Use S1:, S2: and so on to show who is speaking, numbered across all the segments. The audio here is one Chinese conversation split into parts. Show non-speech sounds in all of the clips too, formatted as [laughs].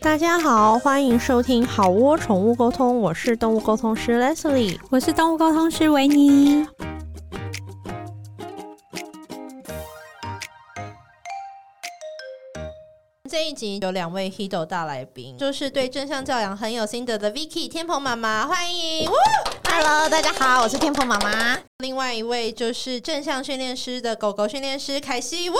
S1: 大家好，欢迎收听好窝宠物沟通，我是动物沟通师 Leslie。
S2: 我是动物沟通师维尼。
S1: 这一集有两位 Hido 大来宾，就是对正向教养很有心得的 Vicky 天蓬妈妈，欢迎。
S3: Hello，大家好，我是天蓬妈妈。
S1: 另外一位就是正向训练师的狗狗训练师凯西。哇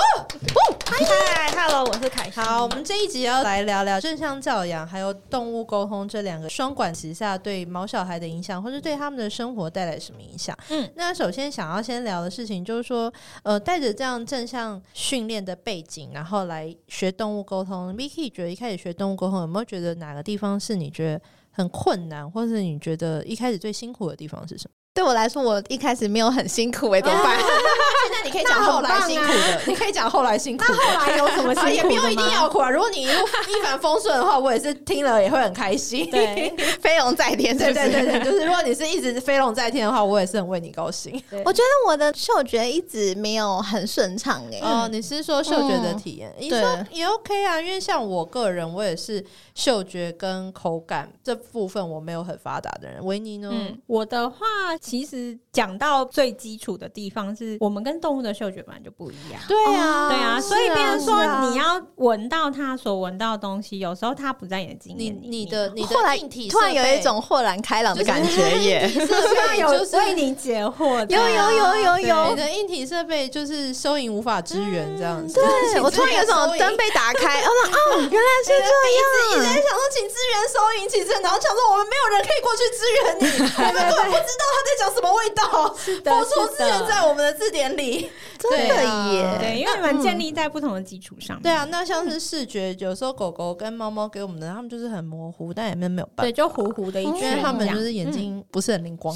S3: 嗨，Hello，我是凯西。
S1: 好，我们这一集要来聊聊正向教养，还有动物沟通这两个双管齐下对毛小孩的影响，或是对他们的生活带来什么影响。
S3: 嗯，
S1: 那首先想要先聊的事情就是说，呃，带着这样正向训练的背景，然后来学动物沟通。Vicky 觉得一开始学动物沟通，有没有觉得哪个地方是你觉得很困难，或是你觉得一开始最辛苦的地方是什么？
S3: 对我来说，我一开始没有很辛苦哎、怎么办？
S1: 那你可以
S3: 讲后来辛苦
S1: 的，你可以讲后来辛苦的。
S3: 后来有什么
S1: 啊， [laughs] 也不用一定要苦啊。如果你一路一帆风顺的话，我也是听了也会很开心。
S2: 对，
S3: 飞龙在天，
S1: 对
S3: 是不是？
S1: 对对对，就是如 [laughs] 果你是一直飞龙在天的话，我也是很为你高兴。
S3: 我觉得我的嗅觉一直没有很顺畅哎、
S1: 哦，你是说嗅觉的体验？你说
S3: 对
S1: 也 OK 啊，因为像我个人，我也是嗅觉跟口感这部分我没有很发达的人。维尼呢？
S2: 嗯，我的话其实讲到最基础的地方是，我们跟动物的嗅觉本来就不一样。
S1: 对啊，
S3: 哦
S2: 对啊，所以
S1: 是啊
S2: 变成
S1: 是啊
S2: 说你要闻到它所闻到的东西，有时候它不在你的经
S1: 你
S2: 验里面
S1: 你的你
S3: 后
S1: 的
S3: 来
S1: 硬体
S3: 突然
S1: 设
S3: 有
S1: 备 [laughs]
S3: 一种豁然开朗的感觉 [laughs] 耶！
S1: 设备
S2: [laughs] 有
S1: 就是啊
S2: 为你解惑的，啊
S3: 有有有有
S1: 你
S3: 有，
S1: 的硬体设备就是收银无法支援这样子。
S3: 嗯
S1: [laughs]
S3: 对我突然有种灯被打开，我想哦，原来是这样。
S1: 想说请支援收银，请支援，然后想说我们没有人可以过去支援你，我们根本不知道他在讲什么味道。
S2: 是的，
S1: 播出
S2: 是
S1: 支援
S2: 的，
S1: 在我们的字典里，
S3: [laughs] 真
S1: 对
S3: 的
S1: 啊
S3: 耶！
S2: 对，因为你们建立在不同的基础上，
S1: 对啊，，那像是视觉，有时候狗狗跟猫猫给我们的，它们就是很模糊，但也没有没有办
S2: 对，啊嗯
S1: 法。
S2: 就糊糊的一
S1: 因
S2: 圈，
S1: 为他们就是眼睛不是很灵光，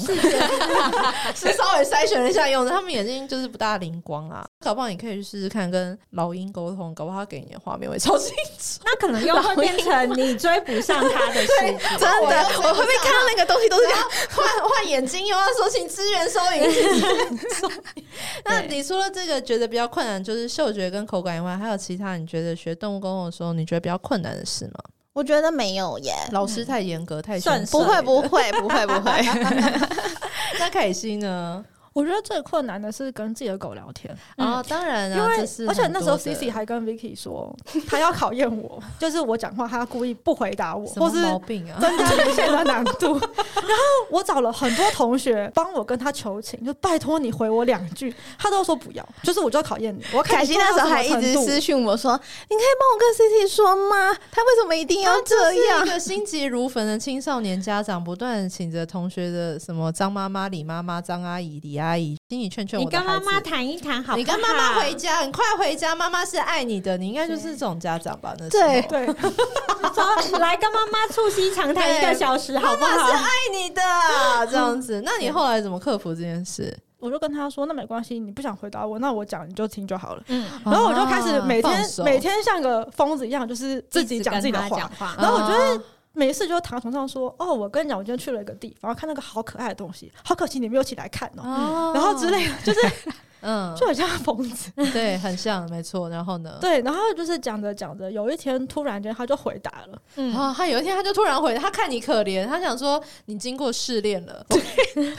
S1: [laughs] 是稍微筛选了一下用的，他们眼睛就是不大灵光啊。搞不好你可以去试试看跟老鹰沟通，搞不好他给你的画面会超清楚。
S2: 那可能又会变成你追不上它 [laughs] 的世界。
S3: 真的，我会不会看到那个东西都是这样？
S1: [laughs] 换换眼睛又要说请支援收
S2: [laughs]
S1: 银，请支援收银那
S2: 对
S1: 你除了这个觉得比较困难，就是嗅觉跟口感以外，还有其他你觉得学动物沟通的时候，你觉得比较困难的事吗？
S3: 我觉得没有耶，
S1: 老师太严格，太
S2: 算
S1: 凶
S2: 是
S3: 不会
S1: 了
S3: 不会不会不会。 [laughs]
S1: 那凯西呢？
S4: 我觉得最困难的是跟自己的狗聊天，
S2: 嗯
S1: 哦，当然
S4: 因
S1: 啊，
S4: 为
S1: 这是
S4: 而且那时候
S1: 很多
S4: C
S1: 的
S4: C 还跟 Vicky 说，他要考验我，就是我讲话，他故意不回答我，
S1: 什
S4: 或
S1: 么
S4: 是
S1: 毛病啊？
S4: 增加连线的难度。然后我找了很多同学帮我跟他求情，就拜托你回我两句，他都说不要，就是我就要考验你。我要看
S3: 凯
S4: 你
S3: 西
S4: 做
S3: 那
S4: 到
S3: 时候
S4: 什么
S3: 还一直
S4: 程度
S3: 私讯我说：“你可以帮我跟 CC 说吗？他为什么一定要这
S1: 啊是
S3: 样
S1: 一个心急如焚的青少年家长，不断请着同学的什么张妈妈、李妈妈、张阿姨、李阿姨，请你劝劝
S2: 你
S1: 我的
S2: 跟
S1: 孩
S2: 妈
S1: 子。
S2: 妈谈一谈，好不好？
S1: 你跟妈妈回家，你快回家，妈妈是爱你的，你应该就是这种家长吧？那时候
S3: 对
S4: 对，
S2: [laughs] 说来跟妈妈促膝长谈一个小时，好不好？
S1: 爱你的这样
S4: [laughs] 嗯
S1: 子。那你后来怎么克服这件事？
S4: 我就跟他说，那没关系，你不想回答我，那我讲你就听就好了。
S2: 嗯，
S4: 然后我就开始每天、
S1: 啊放手
S4: 每天像个疯子一样，就是自己讲自己的
S2: 一直跟
S4: 话
S2: 她。讲话。
S1: [laughs]
S4: 然后我觉得
S1: 啊
S4: 每一次就躺床上说：“哦，我跟你讲，我今天去了一个地方，看那个好可爱的东西，好可惜你没有起来看哦。
S1: 哦
S4: 然后之，
S1: [laughs]
S4: 类的，就是
S1: 嗯，
S4: 就很像疯子。
S1: 对，很像，没错。然后呢？
S4: 对，然后就是讲着讲着，有一天突然间他就回答了，
S2: 嗯
S1: 啊，他有一天他就突然回，他看你可怜，他想说你经过试炼
S4: [laughs]
S1: 了，是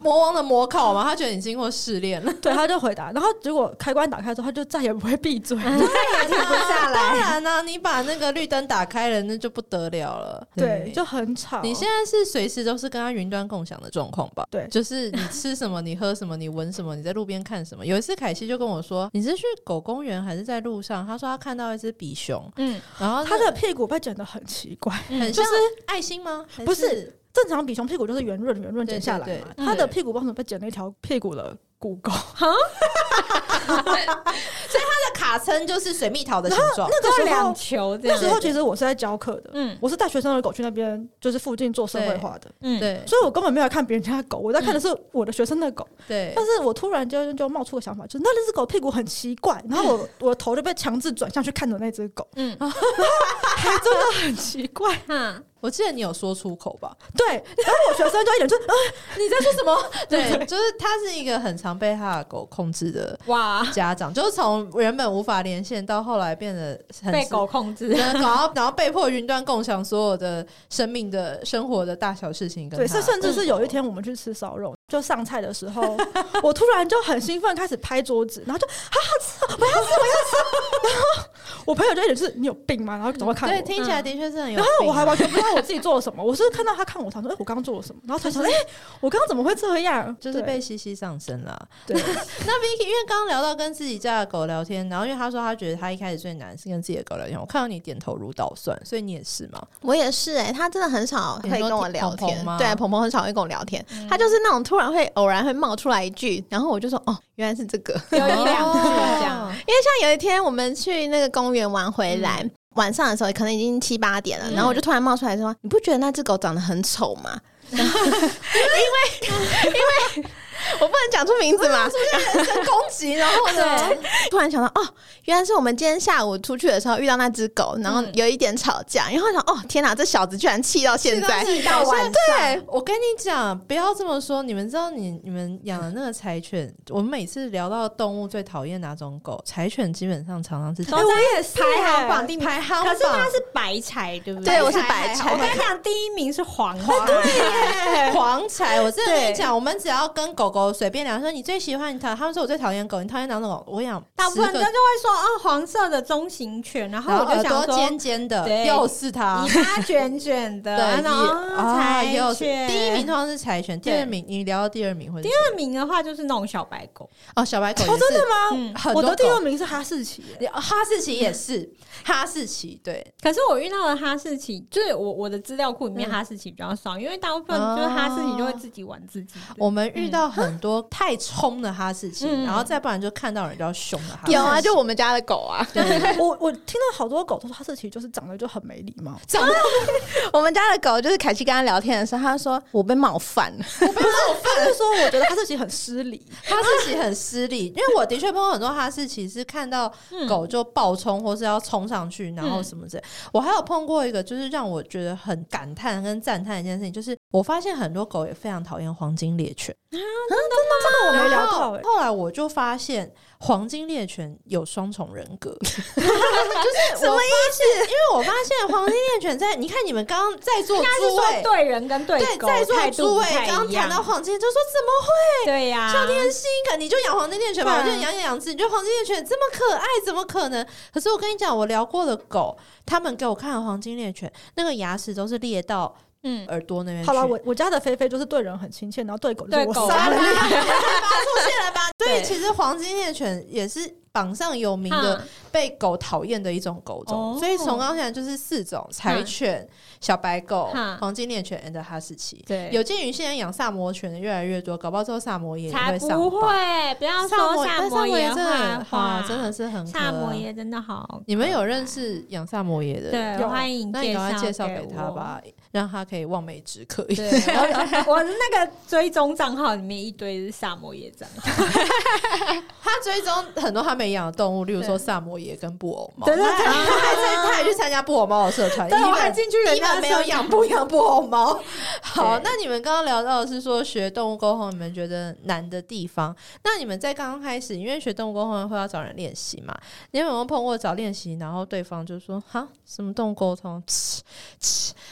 S1: 魔王的魔考嘛？他觉得你经过试炼
S4: [laughs]
S1: 了，
S4: 对，他就回答，然后结果开关打开之后，他就再也不会闭嘴。
S2: 嗯
S1: 再啊也停不下来。当然啦、你把那个绿灯打开了，那就不得了了。
S4: 对，就很吵。
S1: 你现在是随时都是跟他云端共享的状况吧？
S4: 对
S1: 就是你吃什么，你喝什么，你闻什么，你在路边看什么。有一次凯西就跟我说，你是去狗公园还是在路上？他说他看到一只比熊，
S2: 嗯，
S1: 然后
S4: 他
S1: 那
S4: 的屁股被卷得很奇怪，
S1: 很
S4: 就
S1: 像
S4: 是
S1: 嗯爱心吗？还
S4: 不是正常比熊屁股就是圆润圆润
S1: 对
S4: 卷
S1: 对
S4: 下来
S1: 对
S4: 嘛，
S1: 嗯
S4: 他的屁股为什么被剪了一条屁股的骨沟？
S1: 它的卡称就是水蜜桃的形状。
S4: 那个时候
S2: 两球这
S4: 那
S2: 样。
S4: 时候其实我是在教课的，
S2: 嗯
S4: 我是带学生的狗去那边，就是附近做社会化的，
S2: 嗯，
S1: 对嗯
S4: 所以我根本没有看别人家的狗，我在看的是我的学生的狗。
S1: 对
S4: 但是我突然间就冒出个想法，就是那只狗屁股很奇怪，然后
S1: 嗯
S4: 我我 [laughs] 头就被强制转向去看着那只狗，
S2: 嗯
S4: 还真的很奇怪。
S2: [laughs] 哈，
S1: 我记得你有说出口吧？
S4: 对，然后我学生就一脸就，呃
S1: 你在说什么？ [laughs] 对，[laughs]
S4: 对
S1: 就是他是一个很常被他的狗控制的
S2: 哇，
S1: 家长， [laughs] 就是从原本无法连线到后来变得很
S2: 被狗控制，
S1: [laughs] 然后然后被迫云端共享所有的生命的生活的大小事情跟嗯
S4: 对，
S1: 他
S4: 甚甚至是有一天我们去吃烧肉，就上菜的时
S1: [laughs]
S4: 候，我突然就很兴奋，开始拍桌子，然后就好好吃， [laughs] 我要吃，我要吃。然后我朋友就一脸就是你有病吗？然后怎么看我
S1: 对，？听起来的确是很有、啊
S4: 然后我还完全不知道我自己做了什么，我是看到他看我，想说，哎、我刚刚做了什么？然后才想，哎、我刚刚怎么会这样？
S1: 就是
S4: 对
S1: 被西西上身了。[laughs]
S4: 对
S1: 那 Vicky 因为刚刚聊到跟自己家的狗聊天，然后因为他说他觉得他一开始最难是跟自己的狗聊天，我看到你点头如捣蒜，所以你也是嘛？
S3: [laughs] 我也是哎、他真的很少会跟我聊
S1: 你说鹏
S3: 天。
S1: 鹏吗
S3: 对，鹏鹏很少会跟我聊天，
S4: 嗯
S3: 他就是那种突然会偶然会冒出来一句，然后我就说哦，原来是这个。
S2: 有一两句这样。
S1: 哦，
S3: 因为像有一天我们去那个公园玩回来。晚上的时候可能已经七八点了，然后我就突然冒出来说：“你不觉得那只狗长得很丑吗？” [laughs] 因为因为我不能讲出名字嘛，
S1: 攻击，然后呢？
S3: 突然想到，哦，原来是我们今天下午出去的时候遇到那只狗，然后
S2: 嗯
S3: 有一点吵架，然后想，哦，天哪，这小子居然气到现在，
S2: 气到晚上
S3: 对，
S1: 我跟你讲，不要这么说。你们知道你，你们养的那个柴犬，我们每次聊到动物最讨厌哪种狗，柴犬基本上常常是哎
S2: 都在
S4: 也是
S2: 排行
S4: 哎
S2: 榜第排行
S1: 榜
S2: 可是他是白柴，对不
S3: 对我是白
S2: 白
S3: 柴
S2: 我跟你讲，第一名是黄
S4: 哎
S2: 花，对，
S1: 狂柴。我真的跟你讲，我们只要跟狗狗随便聊，说你最喜欢你讨，他们说我最讨厌狗，你讨厌哪种狗？我养
S2: 大部分
S1: 十
S2: 人
S1: 个
S2: 就会说哦，黄色的中型犬，然
S1: 然
S2: 后我
S1: 后
S2: 就
S1: 耳
S2: 想
S1: 朵
S2: 说
S1: 尖尖的，
S2: 对
S1: 又是它。
S2: 尾巴卷卷的，
S1: 啊 [laughs] 对，
S2: 然后
S1: 也
S2: 哦
S1: 啊，也
S2: 柴
S1: 有是第一名
S2: 犬。
S1: 通常是柴犬，第
S2: 对
S1: 二名你聊到第二名会是
S2: 第二名的话就是那种小白狗，
S1: 哦，小白狗
S4: 哦，真的吗？
S2: 嗯，
S1: 很
S4: 我
S1: 多
S4: 的第
S1: 狗
S4: 二名是哈士奇耶，
S1: 的哈士奇也是哈士奇，对，
S2: 可是我遇到的哈士奇，就是我我的资料库里面
S1: 嗯啊
S2: 哈士奇比较少，因为大部分就是哈士奇就会自己玩自己的。
S1: 我们遇到很多太冲的哈士奇，
S2: 嗯
S1: 然后再不然就看到人家凶的哈士
S3: [laughs]
S1: 奇。
S3: 有啊，就我们家的狗啊，
S4: 我我听到好多狗都说哈士奇就是长得就很没礼貌，
S1: 长得
S3: 我们家的狗就是凯西跟他聊天的时候，他说我被冒犯了，
S4: 他就说我觉得哈士奇很失礼，
S1: 哈士奇很失礼，因为我的确碰到很多哈士奇是看到
S4: 嗯
S1: 狗就暴冲或是要冲上去，然后什么之类。我还有碰过一个，就是让我觉得很感叹跟赞叹的一件事情，就是我发现很多狗也非常讨厌黄金猎犬。
S4: 啊
S1: 啊
S4: 这个我没聊到哎、
S1: 后来我就发现黄金猎犬有双重人格， [laughs]
S3: 什么意
S1: 因为我发现黄金猎犬在你看你们刚刚在座
S2: 应该是
S1: 诸
S2: 说
S1: 位。
S2: 对人跟对
S1: 对，
S2: 狗
S1: 在
S2: 态
S1: 座
S2: 度
S1: 诸
S2: 不
S1: 位
S2: 太
S1: 刚
S2: 一
S1: 谈
S2: 样，
S1: 到黄金，就说怎么
S2: 对呀，
S1: 像天心感，你就养黄金猎犬吧，我就
S2: 对啊
S1: 养养只。你觉得黄金猎犬这么可爱，怎么可能？可是我跟你讲，我聊过的狗，他们给我看的黄金猎犬，那个牙齿都是裂到
S2: 嗯，
S1: 耳朵那边去。
S4: 好了，我我家的菲菲就是对人很亲切，然后对狗就是
S2: 对
S4: 我
S2: 狗
S4: 杀了你。
S1: 出现了吧？所以
S2: 对
S1: 其实黄金猎犬也是榜上有名的
S2: 嗯
S1: 被狗讨厌的一种狗种。
S2: 哦
S1: 所以从刚才讲就是四种：柴犬、小白狗、
S2: 嗯
S1: 黄金猎犬 and 哈士奇。
S2: 对，
S1: 有鉴于现在养萨摩犬的越来越多，搞不好之后萨摩也
S2: 才
S1: 会上
S2: 不
S1: 榜。
S2: 会，不要
S1: 萨
S2: 说萨
S1: 但萨
S2: 摩
S1: 摩耶
S2: 耶
S1: 真的
S2: 画
S1: 很哇
S2: 画，，
S1: 真的是很可
S2: 萨摩
S1: 爱
S2: 耶真的好。
S1: 你们有认识养萨摩耶的？
S2: 对，
S4: 有
S2: 欢迎
S1: 啊那你赶快介绍
S2: 给
S1: 给他
S2: 我。
S1: 吧，让他可以望梅止渴。
S2: 对，我我那个追踪账号里面一堆是萨摩耶账号，
S1: [laughs] 他追踪很多他没养的动物，例如说萨摩耶跟布偶猫。
S2: 对对
S1: 他
S2: 对
S1: 他还在，他还去参加布偶猫的社团。
S2: 对
S1: 一
S2: 我
S1: 本
S2: 还进去人
S1: 一
S2: 家
S1: 本
S2: 的
S1: 没有
S2: 社团
S1: 养不养布偶
S4: [laughs]
S1: 猫。好，
S2: 对
S1: 那你们刚刚聊到的是说学动物沟通，你们觉得难的地方？那你们在刚刚开始，因为学动物沟通会要找人练习嘛，你们有没有碰过找练习，然后对方就说哈什么动物沟通，切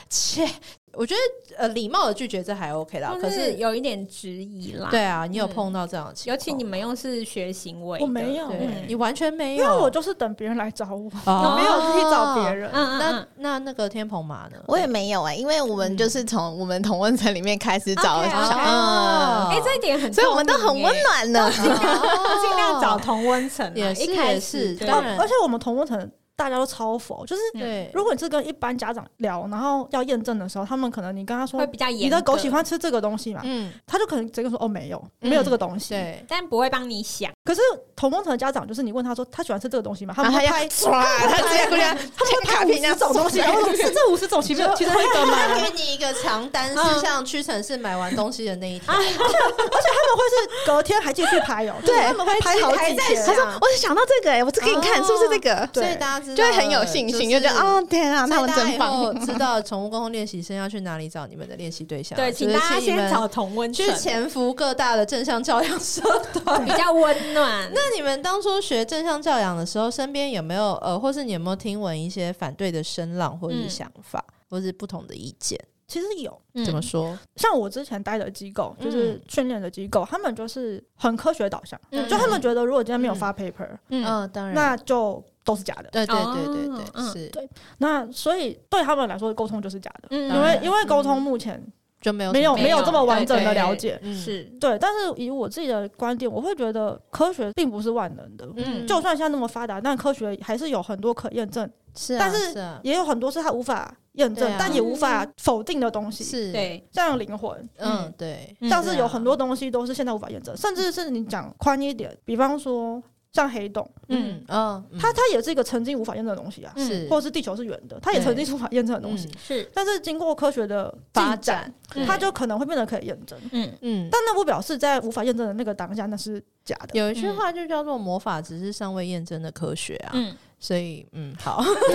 S1: 切切。我觉得呃礼貌的拒绝这还 OK 啦，可
S2: 就是是有一点质疑啦。
S1: 对，啊，你有
S2: 嗯
S1: 碰到这样的情况？
S2: 尤其你们又是学行为的，
S4: 我没有
S1: 对
S2: 嗯
S1: 你完全没
S4: 因
S1: 有，
S4: 为我就是等别人来找我，
S1: 哦
S4: 我没有去找别人。
S2: 嗯，嗯
S1: 那
S2: 嗯，
S1: 那那个天蓬马呢？
S3: 我也没有哎、因为我们就是从我们同温层里面开始找
S2: OK，OK
S3: 小
S1: 哦
S3: 嗯，
S2: 哎，这一点很，
S3: 所以我们都很温，暖的。
S2: 尽量找同温层啊啦，
S1: 也是
S2: 一开
S1: 也是
S2: 始对
S1: 当
S4: 哦
S1: 然
S4: 而且我们同温层大家都超佛，就是
S1: 对，
S4: [laughs] 如果你是跟一般家长聊，然后要验证的时候，他们可能你跟他说
S2: 会比较严格。
S4: 你的狗喜欢吃这个东西嘛，
S1: 嗯，
S4: 他就可能直接说哦没有，
S1: 嗯
S4: 没有这个东西。
S1: 对，
S2: 但不会帮你想，
S4: 可是童梦成的家长就是你问他说他喜欢吃这个东西吗？他
S3: 然
S4: 们
S3: 后
S4: 会
S3: 他要
S4: 拍，
S3: 唰，他直接过来，
S4: 他们会
S3: 卡
S4: 拍
S3: 片这
S4: 五
S3: 样
S4: 十种东西，然后说是这五十种其中
S1: [laughs]
S4: 其中一个吗？
S1: 他给你一个长单，是像屈臣氏买完东西的那一天。
S4: 他们会是隔天还继续拍哦，就是
S3: 对
S4: 他们会拍好几
S3: 他
S4: 天。
S3: 说我想到这个哎，我这给你看，
S1: 哦
S3: 是不是这个？
S1: 所
S4: 对
S1: 以大家知道
S3: 就
S1: 了，
S3: 会很有信心，就觉得
S1: 是
S3: 哦天啊，
S1: 所
S3: 那
S1: 以
S3: 我
S1: 大家以
S3: 真
S1: 后
S3: 棒。
S1: 知道宠物沟通练习生要去哪里找你们的练习对象啊，
S2: 对，
S1: 就
S2: 请
S1: 是
S2: 大家
S1: 你们
S2: 先找同温层
S1: 去，潜伏各大的正向教养社团。
S2: 比 [laughs] 较温暖。
S1: 那你们当初学正向教养的时候，身边有没有呃，或是你有没有听闻一些反对的声浪，或者是
S2: 嗯
S1: 想法，或是不同的意见？
S4: 其实有，
S2: 那
S1: 怎么？说？
S4: 像我之前待的机构，就是
S1: 嗯
S4: 训练的机构，他们就是很科学导向，
S2: 嗯
S4: 就他们觉得如果今天没有发 paper，
S2: 嗯，
S1: 嗯，当然，
S4: 那就都是假的。
S1: 对对
S2: 哦
S1: 对对对，
S2: 嗯
S1: 是
S4: 那所以对他们来说，沟通就是假的，
S2: 嗯
S1: 当
S4: 因为
S1: 然
S4: 因为沟通目前
S1: 就没有
S4: 没有
S1: 什
S4: 没有
S2: 没有
S4: 这么完整的
S2: 对对
S4: 了解。
S1: 嗯
S2: 是
S4: 对，但是以我自己的观点，我会觉得科学并不是万能的。
S1: 嗯，
S4: 就算现在那么发达，但科学还是有很多可验证，
S1: 是啊，
S4: 但是
S1: 啊
S4: 也有很多是它无法验证，
S1: 对啊
S4: 但也无法否定的东西。
S1: 是，
S2: 对，
S4: 像灵魂，
S1: 嗯对，
S2: 嗯
S4: 像是有很多东西都是现在无法验证，甚至是你讲宽一点，比方说像黑洞，
S1: 嗯嗯，嗯
S4: 它它也是一个曾经无法验证的东西啊，
S2: 嗯
S1: 是
S4: 或者是地球是圆的，它也
S1: 对嗯
S4: 曾经是无法验证的东西，
S2: 是
S4: 但是经过科学的
S1: 发
S4: 发
S1: 展
S4: 展，
S2: 嗯
S4: 它就可能会变得可以验证。
S2: 嗯
S1: 嗯。
S4: 但那不表示在无法验证的那个当下那是假的。
S1: 有一句话就叫做“魔法只是尚未验证的科学”啊，
S2: 嗯
S1: 所以嗯，好，
S4: [laughs]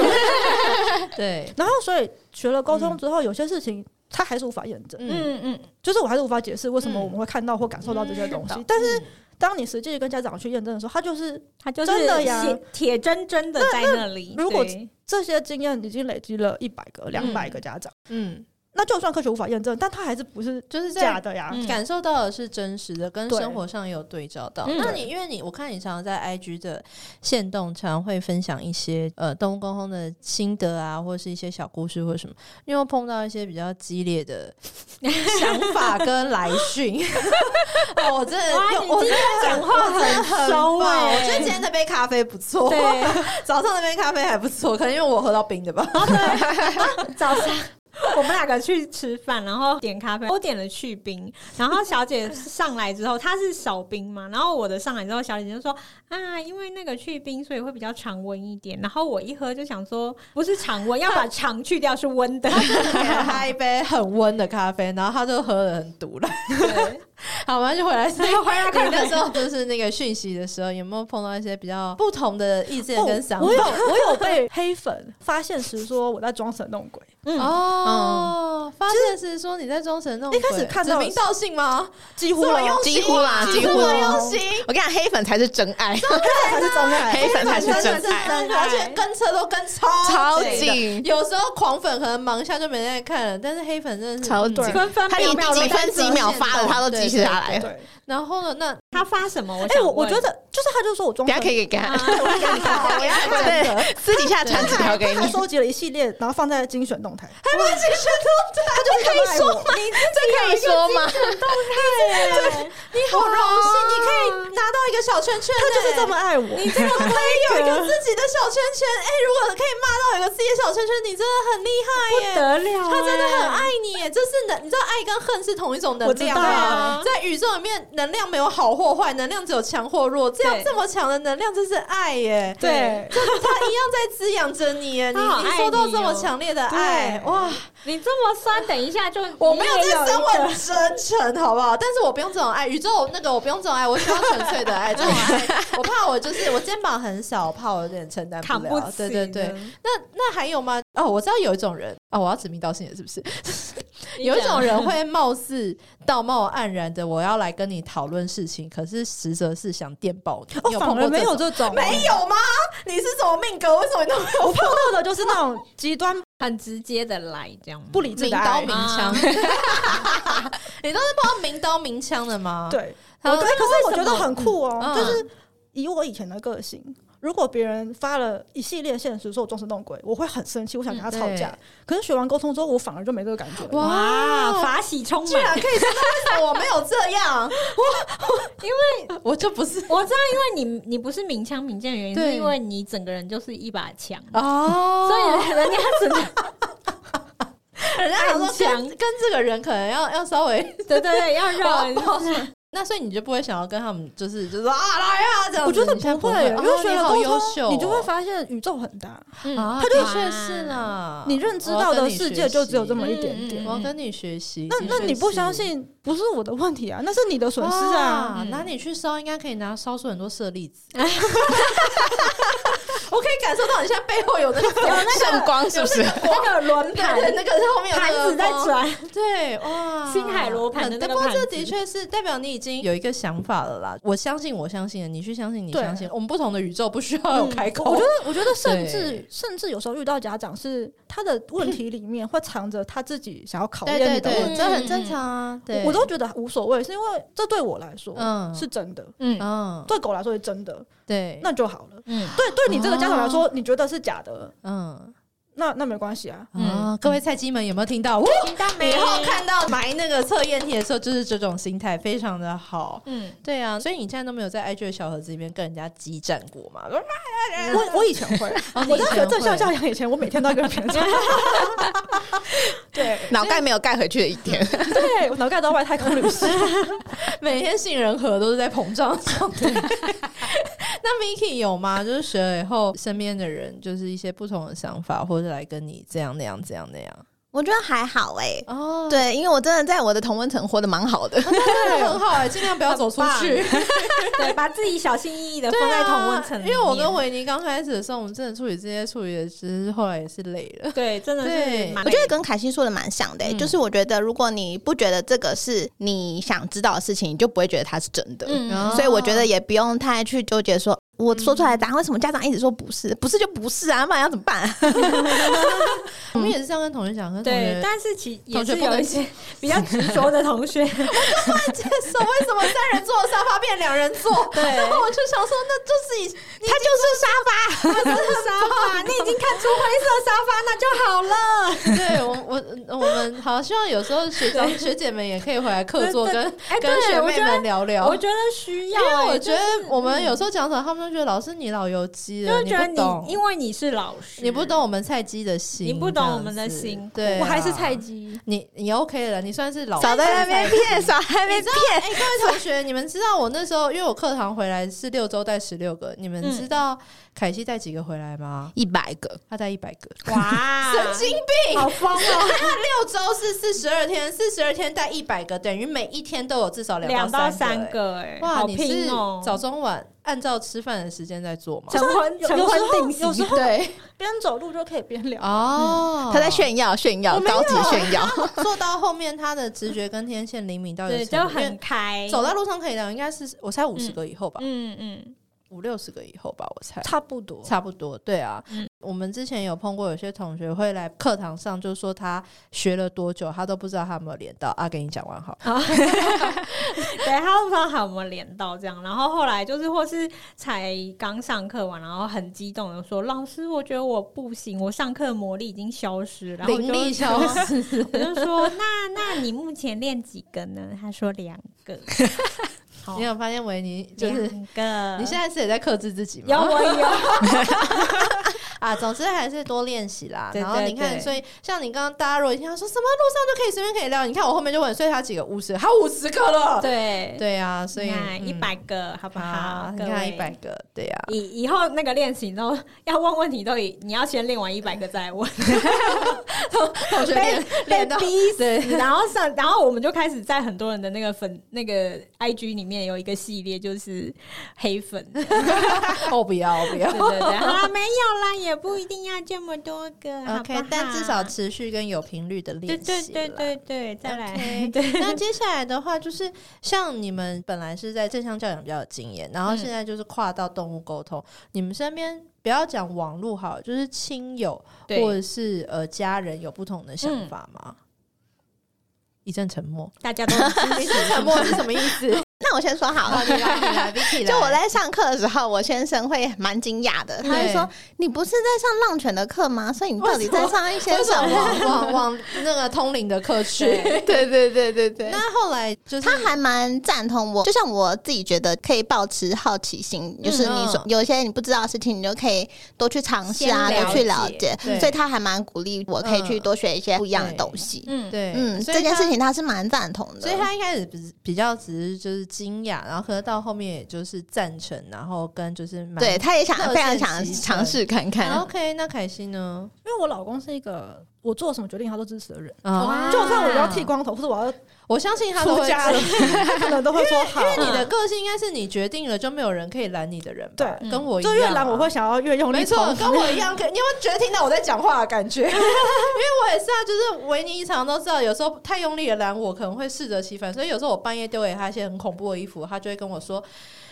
S1: 对，
S4: 然后所以学了沟通之后，有些事情它还是无法验证，
S1: 嗯，
S2: 嗯嗯，
S4: 就是我还是无法解释为什么
S1: 嗯
S4: 我们会看到或感受到这些东西
S2: 嗯。
S4: 但是当你实际跟家长去验证的时候，他就是
S2: 他就是
S4: 真的呀
S2: 铁铁铮铮的在那里。
S4: 如果
S2: 对
S4: 这些经验已经累积了一百个、两百个家长，
S1: 嗯，
S4: 那就算科学无法验证，但他还是不是
S1: 就是在
S4: 假的呀？
S2: 嗯
S1: 感受到的是真实的，跟
S4: 对
S1: 生活上也有对照到。
S2: 嗯
S1: 那
S4: 对
S1: 你因为你，我看你常常在 IG 的线动，常常会分享一些呃动物沟通的心得啊，或是一些小故事或什么。你有没有碰到一些比较激烈的想法跟来讯？ [laughs] 哦，我真
S2: 哇
S1: 的，
S2: 你
S1: 有，我
S2: 今
S1: 真的
S2: 讲话
S1: 我真的
S2: 很
S1: 很
S2: 收
S1: 棒
S2: 欸
S1: 我觉得今天那杯咖啡不错，
S2: 对，
S1: [laughs] 早上那杯咖啡还不错，可能因为我喝到冰
S2: [laughs]
S1: 的吧。 [laughs]
S2: 早上。我们两个去吃饭，然后点咖啡，我点了去冰，然后小姐上来之后，她是少冰嘛，然后我的上来之后，小姐就说啊，因为那个去冰，所以会比较常温一点。然后我一喝就想说，不是常温，要把常去掉是温的。
S1: 给了他一杯很温的咖啡，然后他就喝的很毒了。
S2: 对
S1: 好，我们就回
S4: [laughs]
S1: 来。所以
S2: 回来快
S1: 你那
S2: 点
S1: 时候就是那个讯息的时候，有没有碰到一些比较不同的意见
S4: 哦
S1: 跟想法
S4: 我？有我有被黑粉发现时说我在装神弄鬼，
S2: 嗯
S1: 哦，发现是说你在忠诚弄鬼，
S4: 一开始看到
S1: 指名道姓吗？
S4: 几乎
S1: 这么
S4: 咯
S1: 用心
S3: 几乎啦
S1: 这
S3: 几乎
S1: 么用心，
S3: 我跟你讲，黑粉才是真爱，
S4: 才是真爱。
S3: 黑粉才是
S1: 真的
S3: 真
S1: 是
S3: 爱，
S1: 真的，而且跟车都跟超
S3: 超
S1: 紧的。
S3: 紧，
S1: 有时候狂粉可能忙一下就没在看了，但是黑粉真的是
S3: 超
S1: 嗯
S3: 紧
S2: [laughs]
S4: 对。
S2: 分分
S3: 他
S2: 秒
S3: 连
S2: 秒都
S3: 几
S2: 在
S3: 分几秒发的，他都记下来。
S4: 对，
S1: 然后呢，那
S2: 他发什么？我
S4: 哎，
S2: 想
S4: 我我
S2: 问
S4: 觉得就是他就说我装
S3: 等一下
S4: 神
S3: 可以给他，
S2: 啊
S4: 我跟你
S1: [laughs]
S4: 讲，我要
S3: 对，私底下传纸条给
S4: 他还
S3: 你。
S4: 收集了一系列，然后放在精选动态。
S1: 还不是
S4: 他可以
S3: 这
S4: 说，
S3: 可以说吗？ [laughs]
S1: 你好荣幸，你可以拿到一个小圈欸圈，
S4: 啊他就是这么。爱我。
S2: [laughs]
S1: 你这个可以有一个自己的小圈圈，哎、如果可以骂到有个自己的小圈圈，你真的很厉害耶！
S2: 得了、欸
S1: 他真的很爱你耶，这是能，你知道爱跟恨是同一种能
S4: 我知
S1: 量
S4: 道
S1: 啊
S2: 啊，
S1: 在宇宙里面，能量没有好或坏，能量只有强或弱。这样
S2: 对
S1: 这么强的能量，这是爱耶，
S4: 对，
S1: 他一样在滋养着你耶，你
S2: 他好
S1: 你
S2: 爱
S1: 受到
S2: 你
S1: 这么
S2: 哦
S1: 强烈的爱，
S4: 对
S1: 哇！
S2: 你这么酸，等一下就
S1: [laughs] 我没有
S2: 你也
S1: 在
S2: 一
S1: 生
S2: 个
S1: 我很真诚，好不好？但是我不用这种爱，宇宙那个我不用这种爱，我喜欢纯粹的爱。这种爱，我怕我就是我肩膀很小，我怕我有点承担
S2: 扛不
S1: 了。
S2: 起
S1: 对
S2: 的，
S1: 对对，那那还有吗？哦，我知道有一种人哦，我要指名道姓了，是不是？
S2: 你
S1: 有哦
S2: 讲
S1: 一种人会貌似道貌岸然的，我要来跟你讨论事情，可是实则是想电报你。你
S4: 哦，
S1: 有
S4: 反
S1: 碰
S4: 而
S1: 过
S4: 没有
S1: 这种
S4: 这种，
S1: 没有吗？你是什么命格？为什么你都没有
S4: 我碰到的就是那种极端
S2: 很直接的来这样吗
S4: 不理智
S1: 明
S4: 的
S1: 刀
S4: 爱
S1: 明。
S2: 啊
S1: 枪？ [laughs] 你都是碰到明刀明枪的吗？，
S4: 对，
S1: 好
S4: 我可可是我
S1: 为什么
S4: 觉得很酷
S1: 嗯
S4: 哦，就是以我以前的个性。如果别人发了一系列现实说我装神弄鬼，我会很生气，我想跟他吵
S1: 嗯
S4: 架
S1: 对。
S4: 可是学完沟通之后，我反而就没这个感觉了。
S1: 哇
S2: 哇，法喜充
S1: 居然
S2: 满
S1: 可！以知道为什么我没有这样， [laughs] 我我因为我就不是
S2: 我知道，因为你你不是明枪明剑的原因，
S1: 对
S2: 是因为你整个人就是一把枪，
S1: 哦 [laughs]
S2: 所以人家整个
S1: 人家想
S2: 暗
S1: 说跟
S2: 枪
S1: 跟这个人可能要要稍微
S2: 对对对要
S1: 我要 [laughs]
S2: 让
S1: 抱。那那所以你就不会想要跟他们就是就是啊来啊这样子？
S4: 我觉得
S1: 你现在不
S4: 不会，因为
S1: 哦
S4: 学
S1: 你
S4: 了
S1: 好
S4: 沟
S1: 优
S4: 通，
S1: 秀哦，
S4: 你就会发现宇宙很大，
S1: 嗯
S2: 啊
S1: 的
S2: 他就
S1: 确是啦，
S4: 你认知
S1: 我要
S4: 到
S1: 跟
S4: 的
S1: 你
S4: 世
S1: 学
S4: 界就只有
S1: 习
S4: 这么一点点。
S2: 嗯
S1: 我要跟你学习。
S4: 那
S1: 哦的
S4: 那
S1: 确
S4: 你不
S1: 是
S4: 相信，不是我的问题啊，那是你的损失
S1: 哇
S4: 啊。
S2: 嗯
S1: 拿你去烧，应该可以拿烧出很多色粒 [laughs] 子。我可以感受到你现在背后 [laughs] 有那个
S3: 圣光是不是？
S2: 那个轮
S1: 对
S2: 盘
S1: 对，那个是后面有 [laughs] 那
S2: 盘
S1: 个
S2: 子在
S1: 光，
S2: 转，
S1: 对哇，嗯
S2: 星海罗盘的那个
S1: 不过这
S2: 盘子
S1: 的确是代表你已经有一个想法了啦。我相信，我相信的，你去相信，你
S4: 对
S1: 相信。我们不同的宇宙不需要有
S2: 嗯
S1: 开口。
S4: 我觉得，我觉得甚至
S1: 对
S4: 甚至有时候遇到家长是他的问题里面会藏着他自己想要考
S1: 对
S4: 验
S1: 对
S4: 你的问
S1: 对，
S4: 题，
S1: 这很正常啊。对，
S4: 我我都觉得无所谓，是因为这对我来说
S1: 嗯
S4: 是真的，
S2: 嗯
S1: 嗯
S4: 对狗来说是真的，
S1: 对，
S4: 那就好了。
S2: 嗯，
S4: 对，对你这个家长
S1: 哦
S4: 来说，你觉得是假的，
S1: 嗯
S4: 那那没关系啊。
S2: 嗯
S1: 啊，各位菜鸡们有没有听到？
S2: 听到没
S1: 以后看到埋那个测验题的时候，就是这种心态，非常的好。
S2: 嗯，
S1: 对啊，所以你现在都没有在 IG 的小盒子里面跟人家激战过嘛？我啊
S4: 我我以前
S1: [laughs]
S4: 会，
S1: 哦
S4: 我在学正向教养以前，我每天都要跟别人讲，对
S3: 脑盖没有盖回去的一点，
S4: 对，我脑盖都要外太空旅行。
S1: 每天杏仁核都是在膨 [laughs] 胀的状态。那 Vicky 有吗？就是学了以后，身边的人就是一些不同的想法，或者来跟你这样那样这样那样。
S3: [laughs] 我觉得还好哎。
S1: 哦，
S3: 对，因为我真的在我的同温层活得蛮好的，
S1: 真的很好哎、尽量不要走出去， [laughs]
S2: 对，把自己小心翼翼的
S1: 对
S2: 放在
S1: 啊
S2: 同温层里
S1: 因
S2: 面，
S1: 为我跟维尼刚开始的时候，我们真的处理这些处理的，其实后来也是累了。
S2: 对，真的
S1: 对
S2: 是蛮，
S3: 我觉得跟凯西说的蛮像的、欸就是我觉得如果你不觉得这个是你想知道的事情，你就不会觉得它是真的。
S1: 嗯
S3: 所以我觉得也不用太去纠结说。我说出来的答案，为什么家长一直说不是？不是就不是 [laughs] 啊，不然要怎么办、
S1: 我们也是这样跟同学讲，跟同
S2: 对
S1: 学，
S2: 但是其也
S1: 同学
S2: 是
S1: 不能
S2: 有一些比较执着的同
S1: [laughs]
S2: 学，
S1: 是为什么三人座的沙发变两人座？ [laughs] 对，我就想说，那就是以
S3: 它就是沙发，
S2: 他真的沙发，你已经看出灰色沙发那就好了。
S1: 对我我我们好，希望有时候学长学姐们也可以回来客座
S2: 对
S1: 跟
S2: 哎
S1: 跟
S2: 对
S1: 学
S2: 我
S1: 妹
S2: 觉得
S1: 们聊聊，
S2: 我觉得需要
S1: 因为
S2: 欸，
S1: 我
S2: 就嗯
S1: 觉得我们有时候讲什么，他们就觉得老师你老油鸡
S2: 就
S1: 了，
S2: 是觉得
S1: 不
S2: 你，因
S1: 懂，
S2: 为你是老师，
S1: 你不懂我们菜鸡的心，
S2: 你不懂
S1: 这样
S2: 我们的
S1: 子
S2: 辛苦
S1: 对啊，
S4: 我还是菜鸡，
S1: 你你 OK 了，你算是老哎
S3: 少在那
S1: 菜
S3: 边
S1: 鸡
S3: [laughs] 骗，少在那边骗。
S1: 哎、各位同学，你们知道我那时候，因为我课堂回来是六周带十六个，你们
S2: 嗯
S1: 知道凯西带几个回来吗？
S3: 一百个，
S1: 他带一百个， [laughs]
S2: 哇，
S1: 神经病！
S2: 好疯哦，
S1: 啊六周是四十二天，四十二天带一百个，等于每一天都有至少
S2: 两
S1: 到
S2: 到三
S1: 个
S2: 个哎，
S1: 哎。哇，
S2: 好
S1: 你是
S2: 拼哦，
S1: 早中晚按照吃饭的时间在做吗？
S2: 成婚
S4: 有
S2: 成
S4: 有时候
S2: 婚
S4: 有
S2: 定
S4: 时
S2: 型，
S4: 候
S3: 对，
S4: 边走路就可以边聊。
S2: 嗯
S1: 哦，
S3: 他在炫耀炫耀，
S1: 我没有
S3: 高级炫 [laughs] 耀。
S1: 哦做到后面，他的直觉跟天线灵敏到
S2: 对，
S1: 有
S2: 就
S1: 程度，因
S2: 很
S1: 为
S2: 开，
S1: 走在路上可以聊，应该是我猜五十个以后吧，
S2: 嗯嗯，
S1: 五六十个以后吧，我猜。
S4: 差不多，
S1: 差不多，对啊，
S2: 嗯
S1: 我们之前有碰过有些同学会来课堂上，就说他学了多久，他都不知道他有没有连到啊。给你讲完好了，
S2: 对，他不知道还有没有连到这样，然后后来就是或是才刚上课完，然后很激动的说：“老师，我觉得我不行，我上课魔力已经消失了。”然后我
S1: 灵
S2: 就
S1: 力消失，
S2: [laughs] 我就说：“那那你目前练几个呢？”他说：“两个。好
S1: 你”有发现维尼就是
S2: 两个，
S1: 你现在是也在克制自己吗？
S2: 有我
S1: [laughs]
S2: 有，
S1: 啊，总之还是多练习啦。
S2: 对
S1: 然后你
S2: 对
S1: 看，
S2: 对
S1: 所以像你刚刚大家如果一听到说什么路上就可以随便可以聊，你看我后面就问，所以他几个五十，他五十个了。
S2: 对，
S1: 对啊，所以
S2: 那一百个好不
S1: 好，
S2: 好
S1: 啊？你
S2: 各
S1: 看
S2: 位
S1: 一百。个，对
S2: [laughs]
S1: 呀、啊。
S2: 以以后那个练习都要问问题，都以你要先练完一百个再问，
S1: 同学练
S2: 被
S1: 练到
S2: 逼死。
S1: 对
S2: 然后上，然后我们就开始在很多人的那个粉那个 IG 里面有一个系列，就是黑粉。对
S1: 哦，不要不要。
S2: 对 [laughs] 对，好啦，没有啦，也不一定要这么多个好不
S1: OK，
S2: 好
S1: 但至少持续跟有频率的
S2: 对
S1: 练习
S2: 对
S1: 啦。
S2: 对对对，再来
S1: OK，
S2: [laughs] 对
S1: [laughs] 那接下来的话，就是像你们本来是在正向教养比较有经验，然后
S2: 嗯
S1: 现在就是跨到动物沟通，你们身边不要讲网络好了，就是亲友或
S2: 对，
S1: 者是呃家人有不同的想法吗？一阵沉默，
S2: 大
S1: [laughs]
S2: 家都很支持
S1: 沉默是什么意思？
S3: 那我先说好了
S1: [laughs] 好，。你来，你来，Vicky 来。
S3: [laughs] 就我在上课的时候，我先生会蛮惊讶的，他就
S1: 对
S3: 说：“你不是在上浪犬的课吗？所以你到底在上一些
S1: 为什
S3: 什
S1: 么
S3: 么
S1: 往往往那个通灵的课去？？” [laughs]
S3: 对对对对对。
S1: 那后来就是
S3: 他还蛮赞同我，就像我自己觉得可以保持好奇心，就是你说
S1: 嗯
S3: 有一些你不知道的事情，你就可以多去尝试啊，
S2: 先了
S3: 多去了
S2: 解
S3: 解
S1: 对。
S3: 所以他还蛮鼓励我可以
S1: 嗯
S3: 去多学一些不一样的东西。
S2: 嗯，
S1: 对，
S3: 嗯，
S1: 所以
S3: 这件
S1: 他
S3: 事情他是蛮赞同的。
S1: 所以他一开始比比较只是就是惊讶，然后可能到后面也就是赞成，然后跟就是蛮 [laughs]
S3: 对，。他也想
S1: 乐
S3: 非常
S1: 见
S3: 想
S1: 其成
S3: 尝试看
S1: 啊
S3: 看。
S1: OK，那凯西
S4: [laughs]
S1: 呢？
S4: 因为我老公是一个我做什么决定他都支持的人，
S1: 啊
S4: 就算我要剃，光头或者我要
S1: 我相信他都
S4: 出
S1: 会
S4: 家了嗯
S1: 做。，
S4: 他可能都会说好。
S1: 因为你的个性应该是你决定了就没有人可以拦你的人吧？
S4: 对嗯
S1: 跟我一样
S4: 就
S1: 啊。
S4: 越懒，我会想要越用力。
S1: 没错，跟我一
S4: [laughs]
S1: 样。可你有没有觉得听到我在讲话的感觉？因为我也是啊，就是维尼一常都知道，有时候太用力的拦我可能会适得其反，所以有时候我半夜丢给他一些很恐怖的衣服，他就会跟我说：“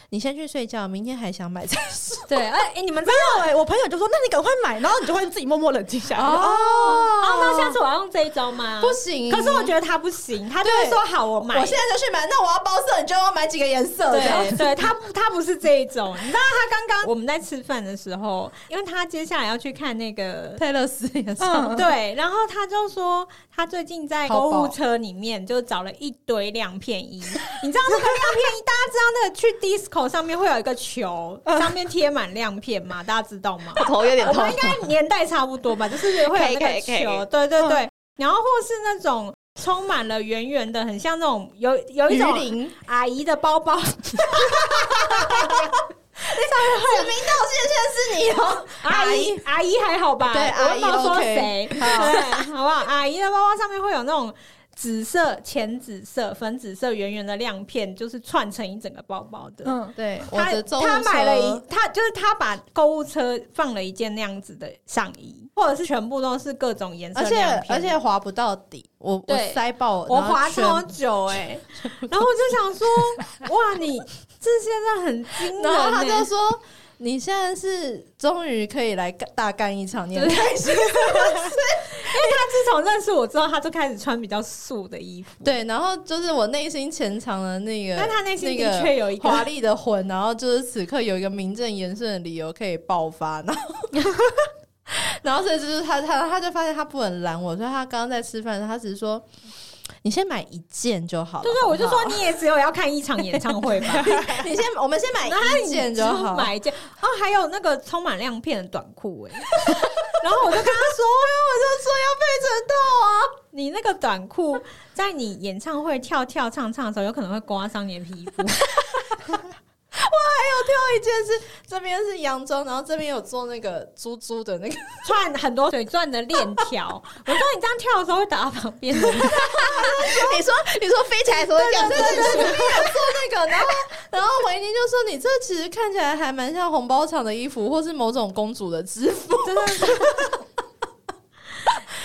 S1: 你先去睡觉，明天还想买再
S4: 啊
S1: 说。
S2: 对，哎、哎你们
S4: 没有哎、我朋友就说：“那你赶快买。”然后你就会自己默默冷静下来。哦，”
S2: 哦，那下次我要用这一招吗？
S1: 不行，
S2: 可是我觉得他不行，他就会
S1: 对
S2: 说好我买。
S1: 我现在就去买，那我要包色，你就要买几个颜色。这样
S2: 对对，他不他不是这一种，你知道他刚刚我们在吃饭的时候，因为他接下来要去看那个
S1: 泰勒斯也是。
S4: 嗯，
S2: 对，然后他就说他最近在
S1: 淘
S2: 购
S1: 宝
S2: 物车里面就找了一堆亮片衣，你知道那个亮片衣，大家知道那个去 disco 上面会有一个球，上面贴满亮片嘛，大家知道吗？
S3: 头有点
S2: 我
S3: 痛
S2: 们，应该年代差不多吧， [laughs] 就是会有那个
S3: 可以可以可
S2: 球，
S3: 以
S2: 对对对，然后或是那种。充满了圆圆的，很像那种有有一
S1: 鱼
S2: 种
S1: 鳞，
S2: 阿姨的包包，
S1: 指名道歉，现在是你哦，
S2: 阿
S1: 阿
S2: 姨
S1: 姨。
S2: 阿姨还好吧？
S1: 对
S2: 我又没有
S1: 阿姨
S2: 说
S1: OK
S2: 谁，对，好不好？阿姨的包包上面会有那种紫色、浅紫色、粉紫色圆圆的亮片，就是串成一整个包包的。
S4: 嗯，
S1: 对，我
S2: 他
S1: 的周
S2: 他
S1: 末
S2: 买了
S1: 车
S2: 一，他就是他把购物车放了一件那样子的上衣，或者是全部都是各种颜色
S1: 而且
S2: 亮片
S1: 而且划不到底，我我
S2: 对
S1: 塞爆，
S2: 我
S1: 然后
S2: 滑
S1: 全
S2: 超久哎、然后我就想说，哇，你这现在很惊人、欸，
S1: 然后他就说：“你现在是终于可以来干大干一场，你很开心。
S2: 自从认识我之后，他就开始穿比较素的衣服。”
S1: 对，然后就是我内心潜藏的那个，
S2: 但他内心
S1: 那个
S2: 的确有一个
S1: 华丽的魂，然后就是此刻有一个名正言顺的理由可以爆发，然后。 [laughs] 然后所以就是他他他就发现他不能拦我，所以他刚刚在吃饭的时候，他只是说你先买一件就好了。
S2: 对对，我就
S1: 好不
S2: 说
S1: 好
S2: 你也只有要看一场演唱会
S1: [laughs]
S2: 吧，
S1: 你先我们先 [laughs] 买
S2: 然后
S1: 一件
S2: 你
S1: 就好。
S2: 买一件哦，还有那个充满亮片的短裤哎、 [laughs] 然后我就跟他说，哎我就说要被整到啊，你那个短裤在你演唱会跳跳唱唱的时候，有可能会刮伤你的皮肤。 [laughs]
S1: 一件是这边是洋装，然后这边有做那个珠珠的那个 [laughs]
S2: 串很多水钻的链条， [laughs] 我说你这样跳的时候会打到旁边的
S1: [laughs]
S2: 人。
S3: 你说 [laughs] 你说飞起来的时候会这样子，啊
S1: 那个，然后然后维尼就说：“你这其实看起来还蛮像红包厂的衣服，或是某种公主的制服。
S2: 真的是，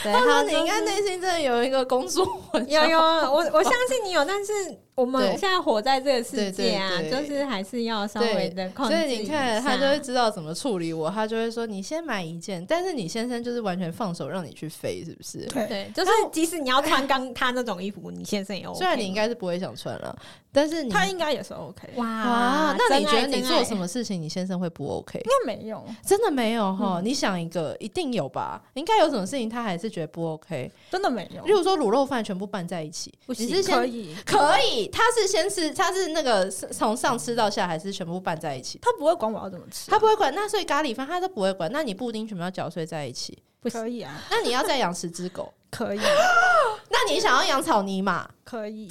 S2: 对，
S1: 他说
S2: 他
S1: 你
S2: 就
S1: 应该
S2: 是
S1: 内心真的有一个公主魂。”
S2: 有有，我我相信你有，但是我们
S1: 对
S2: 现在活在这个世
S1: 对对
S2: 界啊，
S1: 对
S2: 就是还是要稍微
S1: 对
S2: 的，控
S1: 所
S2: 制一下。
S1: 以你看，他就会知道怎么处理我，他就会说：“你先买一件。”但是你先生就是完全放手让你去飞，是不是？
S4: 对，
S2: 对，就是即使你要穿刚他那种衣服，你先生也 OK。
S1: 虽然你应该是不会想穿了，但是你
S4: 他应该也是 OK，应
S2: 哇
S1: 哇，，那你
S2: 真
S1: 觉
S2: 爱
S1: 得你
S2: 真
S1: 做
S2: 爱
S1: 什么事情，你先生会不 OK？
S4: 该没有。
S1: 真的没有哈、你想一个，一定有吧？应该有什么事情他还是觉得不 OK。
S4: 真的没有
S1: 例，如说卤肉饭全部拌在一起，
S2: 不行
S1: 你是先
S4: 可以，
S1: 可以，他是先吃，他是那个是从上吃到下，还是全部拌在一起？
S4: 他不会管我要怎么吃，
S1: 他不会管，那所以咖喱饭他都不会管。那你布丁全部要搅碎在一起，
S4: 不可以啊，
S1: 那你要再养十只狗， [laughs]
S4: 可以，
S1: 那你想要养草泥马
S4: 可以，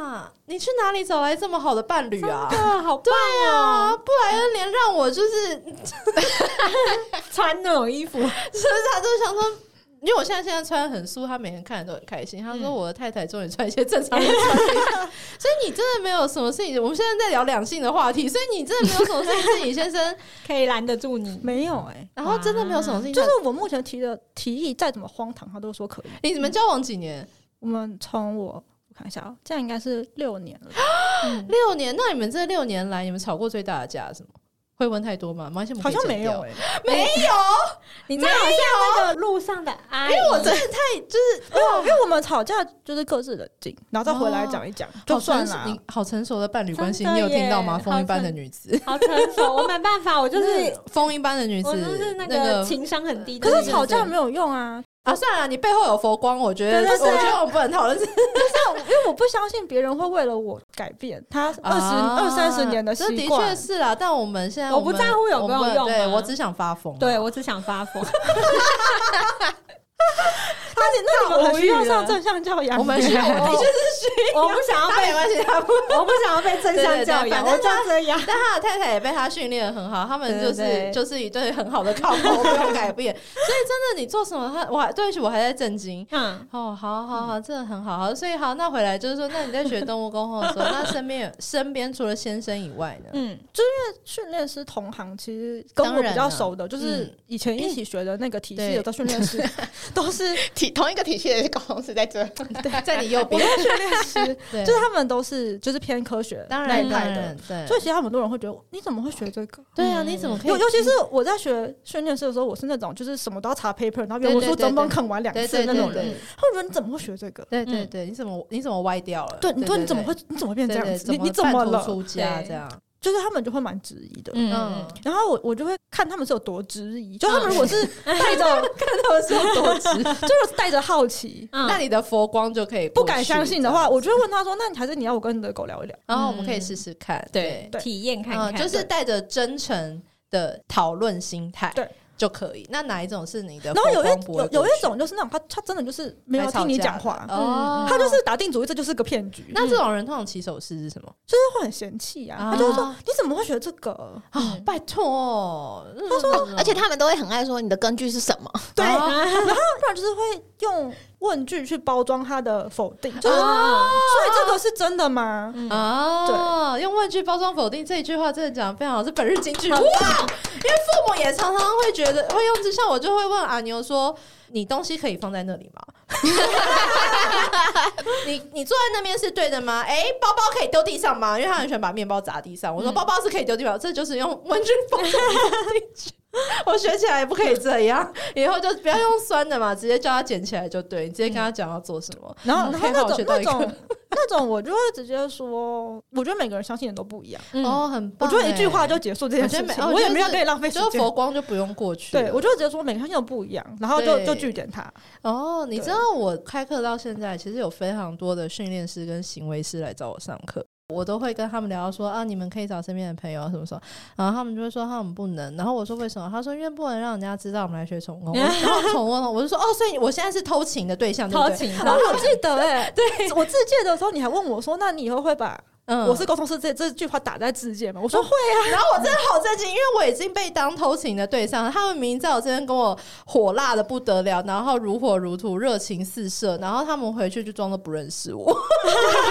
S1: 啊？你去哪里找来这么好的伴侣啊？
S2: [laughs] 啊，好棒
S1: 对啊，布莱恩连让我就是
S2: 穿那种衣服，
S1: 所以他就想说，因为我现在现在穿很素，他每天看着都很开心。他说我的太太终于穿一些正常人穿的衣服， [laughs] 所以你真的没有什么事情。我们现在在聊两性的话题，所以你真的没有什么事情是你先生，
S2: 可以拦得住你。
S4: 没有哎、
S1: 然后真的没有什么事情，
S4: 就
S1: 就是是
S4: 我目前提的提议再怎么荒唐，他都说可以。
S1: 你们交往几年？
S4: 我们从我我看一下、哦，这样应该是六年了，
S1: 六年？那你们这六年来，你们吵过最大的架是什么？会问太多吗？没关系，我们
S4: 好
S1: 可以
S4: 像
S1: 剪
S4: 没有
S1: 掉。
S4: 哎、
S1: 没有，
S2: 你这样好像那个路上的阿姨，
S1: 因为我真的太就是
S4: 因啊为因为我们吵架就是各自冷静，然后再回来讲一讲、就
S1: 好
S4: 算
S1: 成
S4: 了
S1: 熟，
S4: 啊。
S1: 你好成熟的伴侣关系，
S2: 真
S1: 你
S2: 的
S1: 有听到
S2: 耶
S1: 吗？风
S2: 好
S1: 一般的
S2: 成
S1: 女子，
S2: 好成熟，我没办法，我 [laughs] 就是
S1: 那风一般的女子，
S2: 我就是那
S1: 个
S2: 个情商很低的
S4: 可
S2: 人。
S4: 是吵架没有用啊，
S1: 啊，算了，你背后有佛光，我觉得，
S4: 对对对
S1: 我觉得我们不能讨论这
S4: 但因为我不相信别人会为了我改变他二十二三十啊年的
S1: 啊这的
S4: 习
S1: 确
S4: 惯。
S1: 是啦。但我们现在
S2: 我不
S1: 们
S2: 在乎有没有
S1: 我们
S2: 用啊
S1: 对我只想发疯。
S2: 对我只想发疯。
S4: 那你那你们很需要上正向教
S1: [laughs]
S4: 养，啊
S1: 我们需要
S4: 我就是
S2: 我不想要 [laughs]
S1: 他没
S2: 被，
S1: 关系，他不。
S2: 我不想要被正向教
S1: 对对对反
S2: 养，
S1: 正
S2: 我就这样。
S1: 但他的太太也被他训练的很好，他们就是
S2: 对对对
S1: 就是一对很好的靠 [laughs] 谱，不用改变。所以真的，你做什么，他我还对不起，我还在震惊。
S2: [laughs] 嗯，
S1: 哦，好好好，真的很好好。所以好，那回来就是说，那你在学动物沟通的
S4: [laughs]
S1: 时候，那身边有身边除了先生以外呢？
S2: 嗯，
S4: 训练师同行，其实跟
S1: 当
S4: 我
S1: 然
S4: 比较
S1: 了
S4: 熟的，就是
S1: 嗯
S4: 以前一起学的那个体
S1: 对
S4: 系有的训练师 [laughs] 都是
S3: [laughs] 体同一个体系的公司在这，
S1: 在你右
S4: 我
S1: 边
S4: 说，训练师，
S1: [laughs] 对，
S4: 就是他们都是就是偏科学
S1: 当
S4: 那
S1: 然
S4: 一
S1: 当
S4: 派的
S1: 然，对，
S4: 所以其实很多人会觉得你怎么会学这个？
S1: 对啊，你怎么可以？
S4: 尤尤其是我在学训练师的时候，我是那种就是什么都要查 paper，然后原
S1: 对
S4: 文
S1: 对
S4: 书
S1: 对
S4: 整本
S1: 对
S4: 啃完两
S1: 对
S4: 次
S1: 对
S4: 那
S1: 对
S4: 种
S1: 对
S4: 人，
S1: 对
S4: 他们觉得你怎么会学这个？
S1: 对对对，你怎么你怎么歪掉了？
S4: 对，你对你怎么会你怎么变这
S1: 对
S4: 样
S1: 对
S4: 子？
S1: 怎
S4: 你
S1: 么
S4: 你怎么
S1: 半途
S4: 了？
S1: 出家
S2: 对
S1: 这样？
S4: 就是他们就会蛮质疑的。
S1: 嗯
S2: 嗯，
S4: 然后我我就会看他们是有多质疑，就
S1: 哦
S4: 他们如
S1: [laughs]
S4: 果是带着， [laughs]
S1: 看他们是有多直，
S4: 就是带着好奇，
S2: 嗯
S1: 那你的佛光就可以
S4: 不
S1: 过
S4: 敢
S1: 去
S4: 相信的
S1: 这
S4: 话，
S1: 样
S4: 我就会问他说：“那你还是你要我跟你的狗聊一聊
S1: 然后我们可以
S2: 嗯
S1: 试试看，
S2: 对，
S4: 对
S2: 体验看哦
S1: 嗯，
S2: 看，
S1: 就是带着真诚的讨论心态，
S4: 对
S1: 就可以。那哪一种是你？”的佛
S4: 然后
S1: 光呃不
S4: 有一
S1: 会过去？
S4: 有有一种就是那种他他真的就是没有听你讲话，
S1: 来吵架的哦，
S4: 他就是打定主意这就是个骗局，
S1: 那这种人通常起手式是什么？
S4: 就是会很嫌弃啊，
S1: 啊
S4: 他就会说：“你怎么会学这个？”
S1: 啊，拜
S4: 哦
S1: 托，
S4: 嗯
S1: 他
S3: 而且他们都会很爱说你的根据是什 [laughs] 么，
S4: 对，然后不然就是会用问句去包装他的否定，就是所
S2: 啊，
S4: 以这个是真的吗？
S1: 嗯哦，用问句包装否定这一句话，真的讲得非常好，是本日金句。哇！因为父母也常常会觉得会用，就像我就会问阿牛说：“你东西可以放在那里吗？ [laughs] 你你坐在那边是对的吗？哎、包包可以丢地上吗？因为他很喜欢把面包砸地上。我
S4: 嗯
S1: 说包包是可以丢地上，这就是用问句包装否定句。我学起来也不可以这样，以后就不要用酸的嘛，直接叫他捡起来就对。你直接跟他讲要做什么，
S4: 然后，然后
S1: 嗯
S4: 那
S1: 我
S4: 种
S1: 学到
S4: 那
S1: 一个
S4: 种那种，我就会直接说，我觉得每个人相信的都不一样。
S1: 哦，很
S4: 嗯我
S1: 棒、
S4: 觉得一句话就结束这件
S1: 我觉得
S4: 事
S1: 每
S4: 情，
S1: 哦
S4: 我也没有
S1: 就是
S4: 跟你浪哎费时
S1: 就是
S4: 间
S1: 佛。光就不用过去了。
S4: 对，我就会直接说每个相信的不一样，然后就
S1: 对
S4: 就据点他。
S1: 哦，你
S4: 对
S1: 知道我开课到现在，其实有非常多的训练师跟行为师来找我上课，我都会跟他们聊到说啊，你们可以找身边的朋友啊什么什么，然后他们就会说他们不能，然后我说为什么？他说因为不能让人家知道我们来学宠物沟通，然后宠物沟通我就说哦，所以我现在是偷情的对象，对不
S2: 偷
S1: 对，
S2: 情，
S4: [laughs] 然后我记得哎、
S1: [laughs]
S4: 对我自荐的时候，你还问我说：“那你以后会把
S1: 嗯
S4: 我是沟通师这这句话打在自荐吗？”我说会，啊
S1: 然后我真的好震惊，因为我已经被当偷情的对象了。他们明知道我这边跟我火辣的不得了，然后如火如荼、热情四射，然后他们回去就装作不认识我。 [laughs]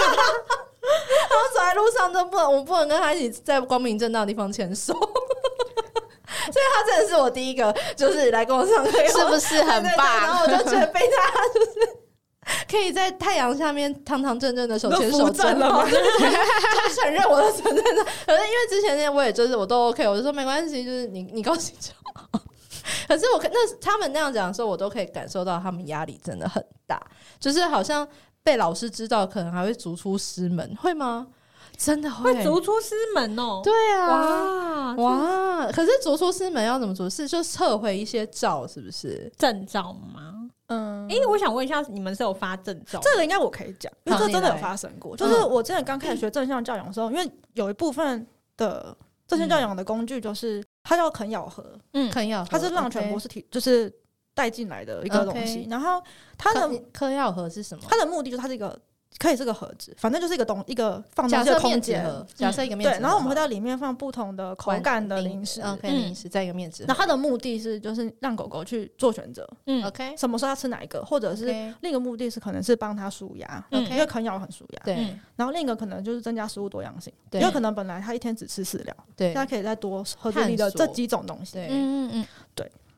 S1: 然后走在路上都不能，我不能跟他一起在光明正大的地方牵手。所 [laughs] 以他真的是我第一个，就是来跟我上课， [laughs]
S3: 是不是很
S1: 对对对然
S3: 棒？
S1: 后我就觉得被他就是 [laughs] 可以在太阳下面堂堂正正的手牵
S4: 你
S1: 手
S4: 都扶正
S1: 真
S4: 了
S1: 好， [laughs]
S4: 吗
S1: 就是就承认我的存在。 [laughs] 可是因为之前那我也就是我都 OK，我就说没关系，就是你你高兴就好。 [laughs] 可是我可那他们那样讲的时候，我都可以感受到他们压力真的很大，就是好像被老师知道，可能还会逐出师门，会吗？真的会
S2: 会逐出师门哦。
S1: 对啊。
S2: 哇哇，
S1: 哇！可是逐出师门要怎么逐？是就撤回一些照，是不是？
S2: 证照吗？
S4: 嗯，
S2: 哎，我想问一下，你们是有发证照？
S4: 这个应该我可以讲，因
S1: 好
S4: 为
S1: 嗯
S4: 这
S1: 你
S4: 真的有
S1: 来
S4: 发生过。就是我之前刚开始学正向教养的时候，因为有一部分的正向教养的工具就是它叫啃咬合，
S1: [laughs]
S2: 嗯
S1: 啃咬合，
S4: 它是浪犬
S1: OK
S4: 博士体就是带进来的一个东西
S1: OK。
S4: 然后它
S1: 嗑
S4: 的
S1: 嗑药盒是什么？
S4: 它的目的就是它是一个可以是个盒子，反正就是一个东一个放
S1: 假
S4: 东西
S1: 设
S4: 的
S1: 面
S4: 空
S1: 纸
S4: 间。嗯
S1: 盒，假设一个面
S4: 对
S1: 纸盒，，
S4: 然后我们会在里面放不同的口感的零食。
S1: ，OK，
S2: 嗯
S1: 零食在一个面纸
S4: 那
S1: 盒
S4: 它的目的是就是让狗狗去做选择，
S2: 嗯
S1: ，OK，
S4: 什么时候要吃哪一个，或者是嗯
S1: OK
S4: 另一个目的是可能是帮它舒压，
S2: 嗯
S4: 因为啃咬很舒压。
S1: 对
S2: 嗯
S4: 然后另一个可能就是增加食物多样性，
S1: 对
S4: 因为可能本来他一天只吃饲料，
S1: 对
S4: 现在可以再多喝这
S1: 探
S4: 里的
S1: 索
S4: 这几种东西。
S1: 对，
S2: 嗯嗯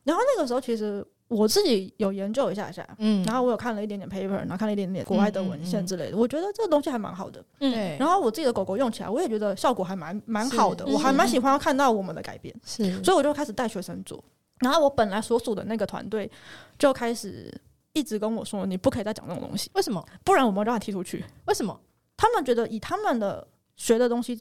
S4: 然后那个时候其实我自己有研究一下下，
S1: 嗯
S4: 然后我有看了一点点 paper，然后看了一点点国外的文献之类的，我觉得这个东西还蛮好的。
S2: 嗯，
S1: 对，
S4: 然后我自己的狗狗用起来，我也觉得效果还蛮蛮
S1: 是
S4: 好的，
S2: 嗯
S4: 我还蛮喜欢看到我们的改变，
S1: 是
S4: 所以我就开始带学生做。然后我本来所属的那个团队就开始一直跟我说，你不可以再讲这种东西，
S1: 为什么？
S4: 不然我们让你踢出去。
S1: 为什么？
S4: 他们觉得以他们的学的东西，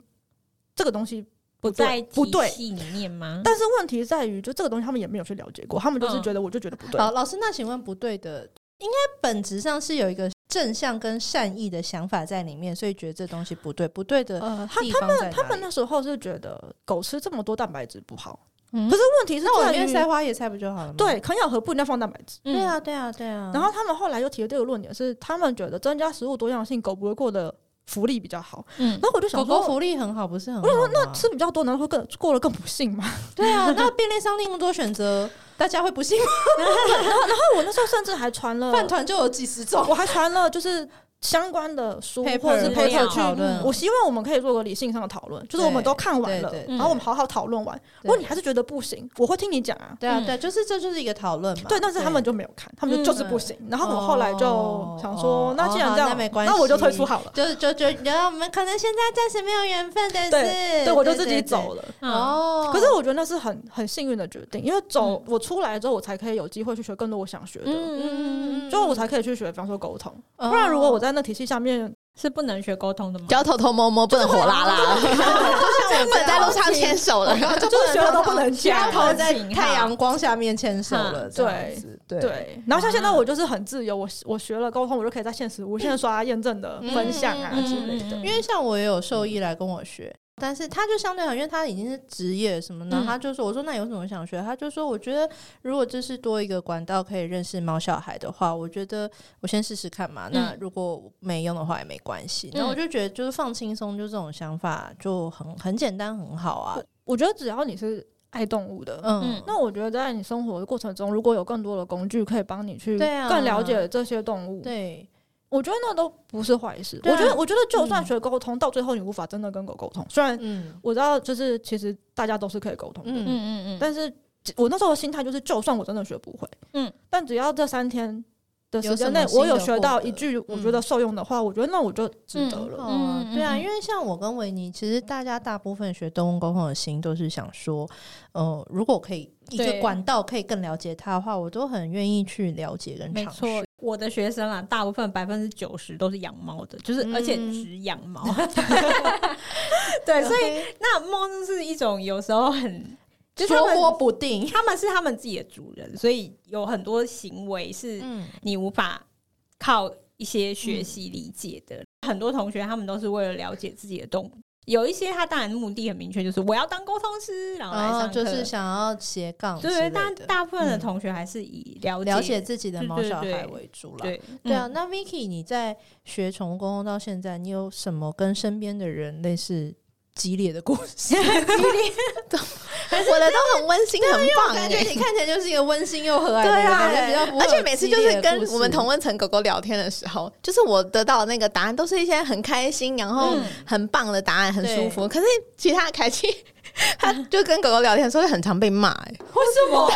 S4: 这个东西
S2: 不
S4: 对
S2: 在
S4: 不对
S2: 体系里面吗？
S4: 但是问题在于，就这个东西他们也没有去了解过，他们就是觉得我就觉得不对。
S1: 嗯好，老师，那请问不对的，应该本质上是有一个正向跟善意的想法在里面，所以觉得这东西不对，不对的
S4: 呃，他
S1: 地方在
S4: 他
S1: 哪
S4: 们
S1: 里？
S4: 那时候是觉得狗吃这么多蛋白质不好，
S2: 嗯
S4: 可是问题是
S1: 那我
S4: 在
S1: 里面
S4: 于
S1: 塞花椰菜不就好了吗？
S4: 对啃咬合不一定要放蛋白质。
S1: 对啊，对啊，对啊。
S4: 然后他们后来又提了这个论点是，他们觉得增加食物多样性，狗不会过得福利比较好。
S2: 嗯
S4: 然，后我就想
S1: 狗
S4: 说，
S1: 狗福利很好，不是很好
S4: 我
S1: 吗？
S4: 想说那吃比较多，难道会更过得更不幸吗？
S1: 对啊，那便利商店那么多选择，大家会不信吗？
S4: 那我那时候甚至还传
S1: [laughs]
S4: 了，
S1: 饭团就有几十种。
S4: 我还传了就是相关的书或者是
S2: Paper
S4: paper
S2: 去
S1: 讨论
S4: 去。我希望我们可以做个理性上的讨论，就是我们都看完了
S1: 对对，
S2: 对
S1: 嗯
S4: 然后我们好好讨论完。如果你还是觉得不行，我会听你讲啊。
S1: 对啊，
S2: 嗯
S1: 对，就是这就是一个讨论嘛。
S4: 对，但是他们就没有看，他们
S2: 嗯
S4: 就就是不行。然后我后来就
S1: 哦
S4: 想说，
S1: 哦
S4: 那既然这样，
S1: 好那没关系
S4: 我就退出好了。
S1: 就就就，然后我们可能现在暂时没有缘分，但是
S4: 对，对我就自己走
S1: 了。
S4: 了。
S1: 对哦，
S4: 可是我觉得那是很很幸运的决定，因为
S1: 嗯
S4: 走我出来之后，我才可以有机会去学更多我想学的，
S2: 嗯嗯嗯，
S4: 就我才可以去学，比方说沟通。
S1: 哦
S4: 不然如果我在那体系下面，
S2: 是不能学沟通的吗？
S3: 不要偷偷摸摸，不能火辣辣，不能在路上牵手了。
S1: 啊
S4: 就就是学了都不能
S1: 他
S4: 讲。
S2: 碰
S1: 头在太阳光下面牵手了，这样子嗯对
S4: 对，然后像现在我就是很自由，我我学了沟通，我就可以在现实无限刷验证的分享啊
S1: 嗯嗯嗯
S4: 之类的。
S1: 因为像我也有兽医来跟我学。但是他就相对好，因为他已经是职业什么呢？
S2: 嗯
S1: 他就说：“我说那有什么想学？”他就说：“我觉得如果这是多一个管道可以认识猫小孩的话，我觉得我先试试看嘛。那如果没用的话也没关系。那我就觉得就是放轻松，就这种想法就很很简单，很好啊。
S4: 我觉得只要你是爱动物的，
S1: 嗯，
S4: 那我觉得在你生活的过程中，如果有更多的工具可以帮你去
S1: 对啊
S4: 更了解这些动物，
S1: 对，
S4: 我觉得那都不是坏事。
S1: 对
S4: 我
S1: 啊
S4: 觉得，我觉得就算学沟通，到最后你无法真的跟狗沟通，虽然
S1: 嗯
S4: 我知道，就是其实大家都是可以沟通的，
S1: 嗯
S2: 嗯嗯嗯，
S4: 但是我那时候的心态就是，就算我真的学不会，
S2: 嗯，
S4: 但只要这三天的时间
S1: 有
S4: 内
S1: 什么
S4: 我有
S1: 新的
S4: 学到
S1: 获得
S4: 一句我觉得受用的话，我觉得那我就值得了。
S1: 哦，对啊，
S2: 嗯嗯
S1: 因为像我跟维尼，其实大家大部分学动物沟通的心都是想说，呃，如果可以一个
S2: 对
S1: 管道可以更了解他的话，我都很愿意去了解跟
S2: 没
S1: 尝
S2: 错
S1: [laughs] 试。。
S2: 我的学生啊，大部分百分之九十都是养猫的，就是而且
S1: 嗯
S2: 只养猫。对，啊所以
S1: 以
S2: 那猫就是一种有时候很，就是他
S1: 捉摸
S2: 们
S1: 不定，
S2: 他们是他们自己的主人，所以有很多行为是
S1: 嗯，
S2: 你无法靠一些学习理解的。很多同学他们都是为了了解自己的动物，有一些他当然目的很明确，就是我要当沟通师，然后来
S1: 然
S2: 上课。
S1: 后哦就是想要斜杠之
S2: 对，
S1: 类的，
S2: 但大部分的
S1: 嗯
S2: 同学还是以了解
S1: 了解自己的
S2: 对
S1: 猫
S2: 对
S1: 小
S2: 对
S1: 孩为主了。
S2: 对
S1: 对啊，
S2: 嗯
S1: 那 Vicky，你在学宠物沟通到现在，你有什么跟身边的人类似激烈的故事？
S3: [laughs]
S1: [laughs]
S3: 我的都很温馨，很棒
S1: 感
S3: 哎、
S1: 觉你看起来就是一个温馨又和蔼的
S3: 对
S1: 人，
S3: 啊
S1: 感觉比较不会
S3: 而
S1: 有
S3: 且每次就
S1: 激烈
S3: 是
S1: 的
S3: 跟
S1: 故事
S3: 我们同温层狗狗聊天的时候，就是我得到的那个答案都是一些很开心，然后
S2: 嗯
S3: 很棒的答案，很
S1: 对
S3: 舒服。可是其他的凯奇，他就跟狗狗聊天的时候很常被骂、欸，
S1: 为什么？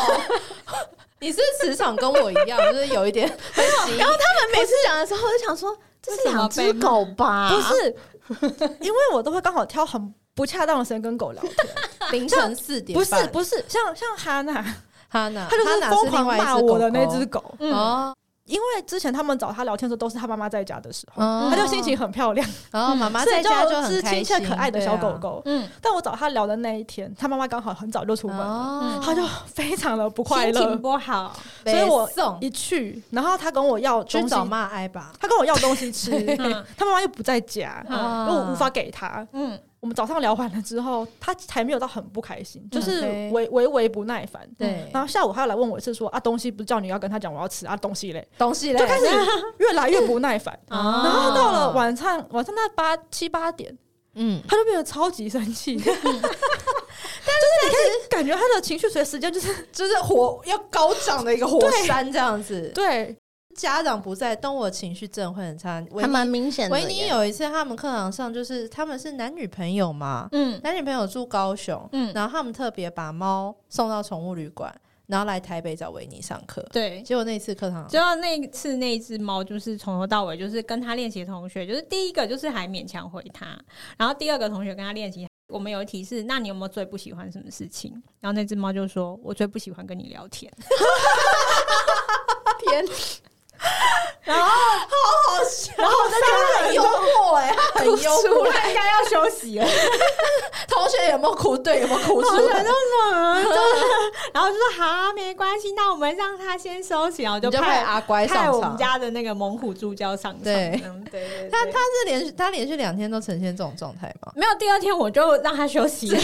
S1: 你是不是磁场跟我一样，就是有一点
S4: [laughs]
S1: 很急
S3: 然后他们 [laughs] 每次讲的时候，我就想说这是两只狗吧？
S4: 不是，因为我都会刚好挑很不恰当的时间跟狗聊天。
S1: 凌晨四点
S4: 不
S1: 半，
S4: 是不是，像像哈娜，
S1: 哈娜，
S4: 她就是
S1: 哈娜
S4: 疯
S1: 啊是
S4: 狂
S1: 另外一
S4: 骂
S1: 只狗
S4: 我的那
S1: 狗
S4: 只狗，
S2: 嗯
S1: 哦，
S4: 因为之前他们找她聊天的时候都是她妈妈在家的时候，
S1: 哦
S4: 嗯她就心情很漂亮，
S1: 然后妈妈
S4: 所
S1: 啊在
S4: 以
S1: 家就
S4: 只
S1: 很开
S4: 亲
S1: 心啊
S4: 切可爱的小狗，狗。
S2: 嗯，
S4: 但我找她聊的那一天，她妈妈刚好很早就出
S1: 对
S4: 门
S1: 啊
S4: 了，
S1: 哦，
S4: 她就非常的不快
S2: 心情
S4: 乐。
S2: 不好，
S1: 北
S4: 所以我
S1: 宋
S4: 一去，然后她跟我要
S1: 去
S4: 东西，
S1: 找妈哀吧，
S4: 她跟我要东西吃，
S2: 嗯
S4: 她妈妈又不在家，
S1: 啊
S4: 嗯因为我无法给她。
S2: 嗯
S4: 我们早上聊完了之后，她还没有到很不开心，就是
S1: OK
S4: 微微微不耐烦。
S1: 对
S4: 然后下午他又来问我一次说啊，东西不是叫你要跟他讲我要吃啊，东西嘞，
S1: 东西嘞
S4: 就开始越来越不耐烦。
S1: [laughs] 哦
S4: 然后到了晚上，晚上那八七八点，
S1: 嗯，
S4: 他就变得超级生
S1: [laughs]
S4: 气。 [laughs] 但是你可以感觉他的情绪随着时间就是
S1: 就是火要高涨的一个火
S4: 对
S1: 山这样子。
S4: 对，
S1: 家长不在，动物的情绪真的会很差。维
S3: 还
S1: 尼
S3: 蛮明显的
S1: 维
S3: 耶。
S1: 尼有一次，他们课堂上就是他们是男女朋友嘛，
S2: 嗯
S1: 男女朋友住高雄，
S2: 嗯，
S1: 然后他们特别把猫送到宠物旅馆，然后来台北找维尼上课。
S2: 对。
S1: 结果那一次课
S2: [laughs]
S1: 堂
S2: 只有那一次那一只猫，就是从头到尾就是跟他练习的同学，就是第一个就是还勉强回他，然后第二个同学跟他练习，我们有一题是，那你有没有最不喜欢什么事情？然后那只猫就 [laughs] 说，我最不喜欢跟你聊天。
S3: 天，
S2: 然后
S3: 然后我就觉得很幽默哎、他很幽默。
S2: 他应该要休息 [laughs] 了，
S3: 同学有没有哭？对，有没有哭出
S2: 同学
S3: 来
S2: 就？ [laughs] 嗯，就是然后就说好，没关系，那我们让他先休息，然后
S1: 你
S2: 就
S1: 就派
S2: 派
S1: 阿乖
S2: 派
S1: 上
S2: 我们
S1: 场。
S2: 家的那个猛虎助教上场，
S1: 对
S2: 嗯对对对
S1: 他他是连续他连续两天都呈现这种状态
S2: [laughs]
S1: 吗？
S2: 没有第二天我就让他休 [laughs] 息了。
S1: 不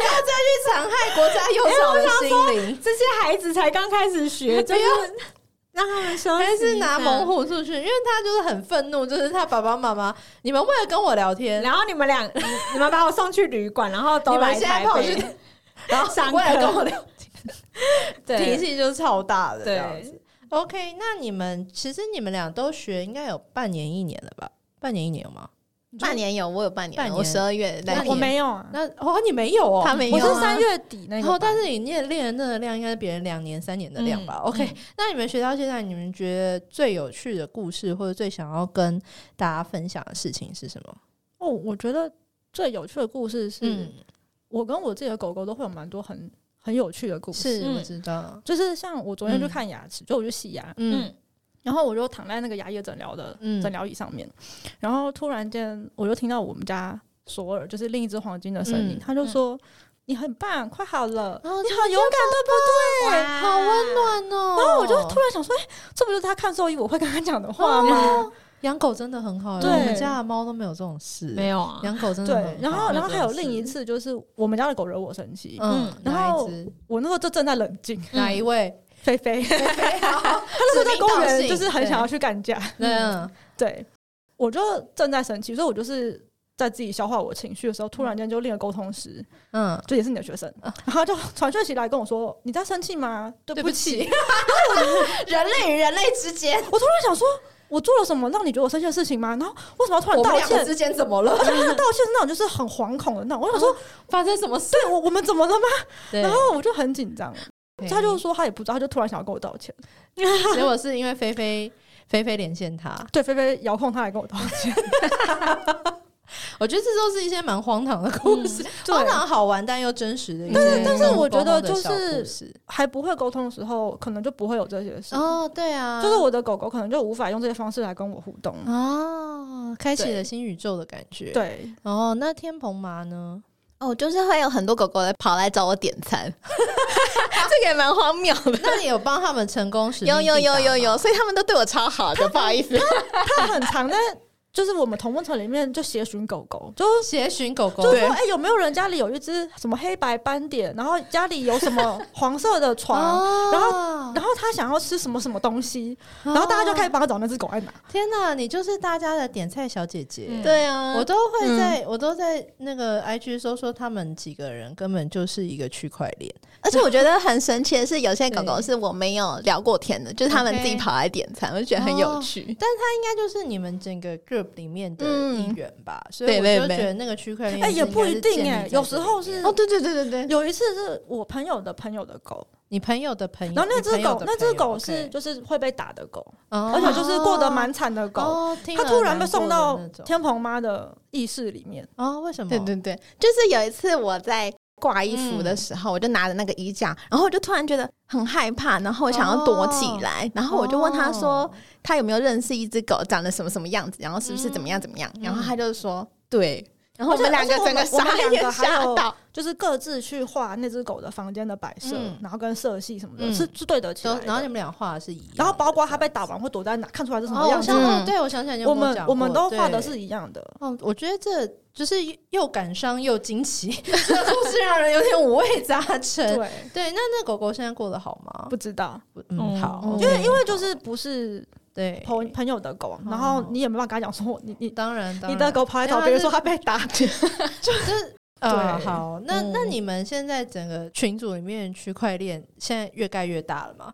S1: 要再去残害国家幼小的心灵，
S2: 这些孩子才刚开始学，就是让他们休息一下，
S1: [laughs] 还是拿猛虎出去，因为他就是很愤怒，就是他爸爸妈妈，你们为了跟我聊天，
S2: 然后你们俩，你你们把我送去旅馆，然后
S1: 你
S2: 都
S1: 们
S2: 来
S1: 现在
S2: 台
S1: 跑去
S2: 北，然后上
S1: 为了跟
S2: 课，
S1: 我聊，脾 [laughs]
S2: 对
S1: 气就是超大的这样子。
S2: 对，
S1: OK，那你们其实你们俩都学，应该有半年一年了吧？半年一年有吗？
S3: 半年有，我有半年，
S1: 半年
S3: 我十二月来
S4: 我没有啊，
S1: 那哦，你没有哦，
S3: 他没有
S4: 我
S3: 啊
S4: 是三月底那
S1: 然
S4: 个
S1: 后，
S4: 班，
S1: 但是你念练的那个量应该是别人两年、三年的量吧、o
S4: 嗯
S1: k 那你们学到现在，你们觉得最有趣的故事，或者最想要跟大家分享的事情是什么？
S4: 哦，我觉得最有趣的故事是、
S1: 嗯，
S4: 我跟我自己的狗狗都会有蛮多很很有趣的故事。
S1: 是
S2: 嗯
S1: 我知道，
S4: 就是像我昨天去看牙齿，就我去洗牙，
S1: 嗯
S2: 嗯，
S4: 然后我就躺在那个牙医的诊疗的
S1: 嗯
S4: 诊疗椅上面，然后突然间我就听到我们家索尔，就是另一只黄金的声音，
S1: 嗯
S4: 他就说：“你很棒，快好了，
S1: 哦
S4: 你好勇敢，对不对？”
S1: 嗯好温暖哦。
S4: 然后我就突然想说：“哎、这不就是他看兽医我会跟他讲的话
S1: 嗯
S4: 吗？”
S1: 养狗真的很好，
S4: 啊对
S1: 我们家的猫都没有这种事，
S2: 没有啊，
S1: 养狗真的很
S4: 对
S1: 嗯好。，
S4: 然后然后还有
S2: 真的是
S4: 另一次就是我们家的狗惹我生气，
S1: 嗯
S2: 嗯，
S1: 然
S4: 然
S1: 后
S4: 后我那时候就正在冷静，
S1: 哪一位？
S4: 菲菲，他那时候在公园就是很想要去干架，
S1: 嗯，
S4: 对我就正在生气，所以我就是在自己消化我情绪的时候，突然间就练了沟通师，
S1: 嗯，
S4: 就也是你的学生，然后就传讯息来跟我说你在生气吗？对
S1: 对
S4: 不
S1: 不
S4: 起，
S1: [laughs] 起，
S3: 人类与人类之间，
S4: [laughs] 我突然想说。我做了什么让你觉得我生气的事情吗？然后为什么要突然
S3: 我们
S4: 道
S3: 两个
S4: 歉？
S3: 之间怎么了？
S4: 而且那个道歉是那种就是很惶恐的那种。我想
S3: 啊
S4: 说，
S1: 发生什么事？
S4: 对我我们怎么了吗？
S1: 对
S4: 然后我就很紧
S3: [laughs]
S4: 张，他就
S1: 嘿
S4: 说他也不知道，他就突然想要跟我道歉。
S1: 结果是因为菲菲菲菲连线他，
S4: 对，菲菲遥控他来跟我道歉。
S1: 我觉得这都是一些蛮荒唐的故事，
S4: 嗯对
S1: 荒唐好玩但又真实的一些那种沟通的
S4: 但但是我觉得就是
S1: 小故事
S4: 还不会沟通的时候，可能就不会有这些事。
S1: 哦，对啊，
S4: 就是我的狗狗可能就无法用这些方式来跟我互动。
S1: 哦，开启
S4: 对
S1: 了新宇宙的感觉。，
S4: 对，
S1: 哦，那天蓬麻呢？
S3: 哦，就是会有很多狗狗来跑来找我点餐，这个也蛮荒谬的。
S1: [laughs] 那你有帮他们成功使
S3: 有有有有有，
S1: 有，
S3: 所以他们都对我超好的，不好意思。
S4: 它很常在就是我们同温层里面就协寻狗狗，就
S1: 协寻狗狗
S4: 就，是说，哎、有没有人家里有一只什么黑白斑点，然后家里有什么黄色的
S1: [laughs]
S4: 床，然
S1: 后
S4: 然后他想要吃什么什么东西，
S1: 哦
S4: 然后大家就开始帮他找那只狗在哪。
S1: 天哪，你就是大家的点菜小姐姐。
S2: 嗯
S3: [laughs] 对啊，
S1: 我都会在，我都在那个 IG 搜说他们几个人根本就是一个区块链，
S3: 而且我觉得很神奇的是，有些狗狗
S1: 对
S3: 是我没有聊过天的，就是他们
S1: OK
S3: 自己跑来点餐，我就觉得很有趣。
S1: 应该就是你们整个 group 里面的
S3: 嗯
S1: 一员吧，所以
S3: 对
S1: 我
S3: 对
S1: 就
S3: 对
S1: 觉得那个区块链
S4: 哎
S1: 是
S4: 也
S1: 应
S4: 不
S1: 该
S4: 一
S1: 是
S4: 定
S1: 建立
S4: 哎
S1: 在
S4: 有
S1: 这
S4: 时
S1: 里
S4: 候
S1: 面
S4: 是
S3: 哦，对对对对对，
S4: 有一次是我朋友的朋友的狗，
S1: 你朋友的朋友，
S4: 然后那只
S1: 你朋友
S4: 狗
S1: 的
S4: 那
S1: 朋
S4: 只
S1: 友
S4: 狗
S1: OK
S4: 是就是会被打的狗，
S1: 哦
S4: 而且就是过得蛮惨的狗。
S1: 哦，听
S4: 他
S1: 了
S4: 突
S1: 难
S4: 然被送
S1: 过的
S4: 到
S1: 那种
S4: 天蓬妈的意识里面，
S1: 哦，为什么？
S3: 对对对，就是有一次我在挂衣服的时候，我就拿着那个衣架，然后我就突然觉得很害怕，然后我想要躲起来，然后我就问他说，
S1: 哦
S3: 他有没有认识一只狗长得什么什么样子，然后是不是怎么样怎么样，然后他就说对，然后我们两个整个
S4: 嗯我
S3: 傻
S4: 们两
S3: 眼
S4: 个
S3: 吓
S4: 还有
S3: 到，
S4: 就是各自去画那只狗的房间的摆设，
S1: 嗯
S4: 然后跟色系什么的，
S1: 嗯
S4: 是是对得起来
S1: 都
S4: 的。
S1: 然后你们俩画的是一样的，
S4: 然后包括它被打完会躲在哪，看出来是什么
S1: 哦，我
S4: 样子
S1: 想。
S3: 嗯
S1: 哦，对我想起来你有
S4: 我
S1: 跟我
S4: 们
S1: 讲
S4: 我们
S1: 过
S4: 都画的。
S1: 对
S4: 是一样的，
S1: 哦，我觉得这就是又感伤又惊奇， [laughs] 这个故事让人有点五味杂陈。
S4: 对，
S1: 对，那那狗狗现在过得好吗？
S4: 不知道，
S1: 嗯，
S2: 嗯
S1: 好，
S2: 嗯
S4: 因为
S1: OK
S4: 因为就是不是
S1: 对，
S4: 朋朋友的狗，
S1: 哦
S4: 然后你也没办法跟他讲说你你
S1: 当然，当
S4: 你的
S1: 然
S4: 狗跑来
S1: 因为
S4: 找
S1: 它
S4: 别
S1: 啊是
S4: 人说它被打，
S1: 就是呃，
S4: 对
S1: 好，那
S4: 嗯
S1: 那你们现在整个群组里面区块链现在越盖越大
S4: [laughs]
S1: 了吗？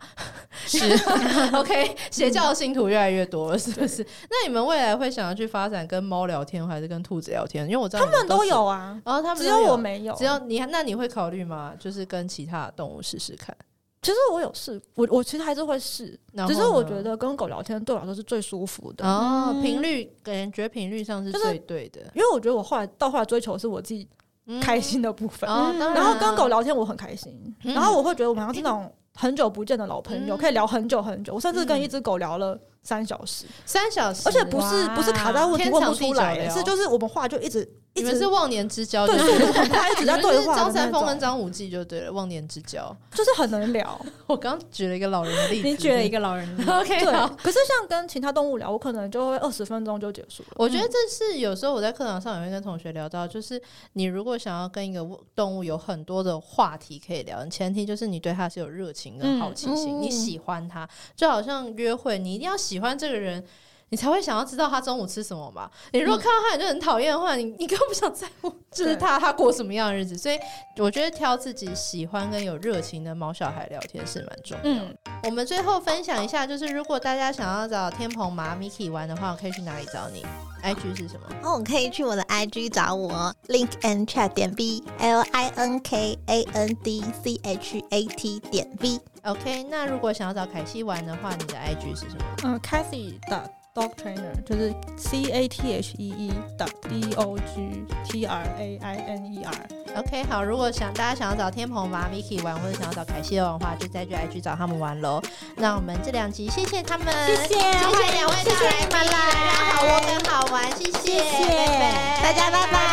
S1: 是 [laughs] ，OK，邪教信徒越来越多了，是不是？那你们未来会想要去发展跟猫聊天，还是跟兔子聊天？因为我知道
S4: 他们都
S1: 是，
S4: 有啊，
S1: 哦，他们
S4: 只
S1: 都
S4: 有我。没有。
S1: 只有你，那你会考虑吗？就是跟其他的动物试试看。
S4: 其实我有试，我我其实还是会试，
S1: 然后
S4: 只是我觉
S1: 呢，
S4: 得跟狗聊天对我来说是最舒服的。
S1: 哦，
S2: 嗯
S1: 频率感觉频率上是
S4: 就是
S1: 最对的，
S4: 因为我觉得我后来到后来追求的是我自己
S1: 嗯
S4: 开心的部分，
S1: 哦。当
S4: 嗯然后
S1: 啊
S4: 跟狗聊天我很开心，
S1: 嗯
S4: 然后我会觉得我们好像是那种很久不见的老朋友，
S1: 嗯
S4: 可以聊很久很久。我甚至跟一只狗聊了三小时，
S1: 三小时，
S4: 而且不是
S2: 哇
S4: 不是卡在问
S1: 嗯
S4: 题
S1: 天
S4: 问
S1: 长
S4: 不出
S1: 地久
S4: 来，
S1: 了
S4: 是
S1: 哦
S4: 就是我们话就一直一
S1: 你们
S4: 直
S1: 是忘年之交，
S4: 对
S1: 就
S4: 速度很快，一直
S1: 你
S4: 在
S1: 们
S4: 对
S1: 是
S4: 话的
S1: 张三
S4: 那
S1: 丰
S4: 种
S1: 跟张无忌就对了，忘年之交。
S4: 就是很能聊。
S1: 我刚举了一个老人的例子，
S2: 你举了一个老人
S1: OK
S4: 对
S1: 好。，
S4: 可是像跟其他动物聊，我可能就会二十分钟就结束了。
S1: 我觉得
S3: 嗯
S1: 这是有时候我在课堂上也会跟同学聊到，就是你如果想要跟一个动物有很多的话题可以聊，前提就是你对它是有热情跟好奇心，
S3: 嗯嗯
S1: 你喜欢它。就好像约会，你一定要喜欢这个人，你才会想要知道他中午吃什么嘛。你如
S3: 嗯
S1: 果看到他你就很讨厌的话，你你根本不想在乎，就是他他过什么样的日子。所以我觉得挑自己喜欢跟有热情的毛小孩聊天是蛮重要的。
S2: 嗯，
S1: 我们最后分享一下，就是如果大家想要找天蓬妈 Miki 玩的话，可以去哪里找你？IG 是什么？
S3: 然后哦我可以去我的 IG 找我 link and chat 点 b l i n k a n d c h a t 点 b。
S1: OK，那如果想要找凯西玩的话，你的 IG 是什么？
S4: 嗯，Cathy 的 dog trainer 就是 C A T H E E 的 D O G T R A I N E R。
S1: OK，好，如果想大家想要找天蓬妈 Miki 玩，或者想要找凯西玩的话，就再去 IG 找他们玩喽。那我们这两集谢谢他们，谢谢谢谢两位大来宾，让好玩跟好玩，谢谢，
S3: 谢谢
S1: 拜拜
S3: 大家拜拜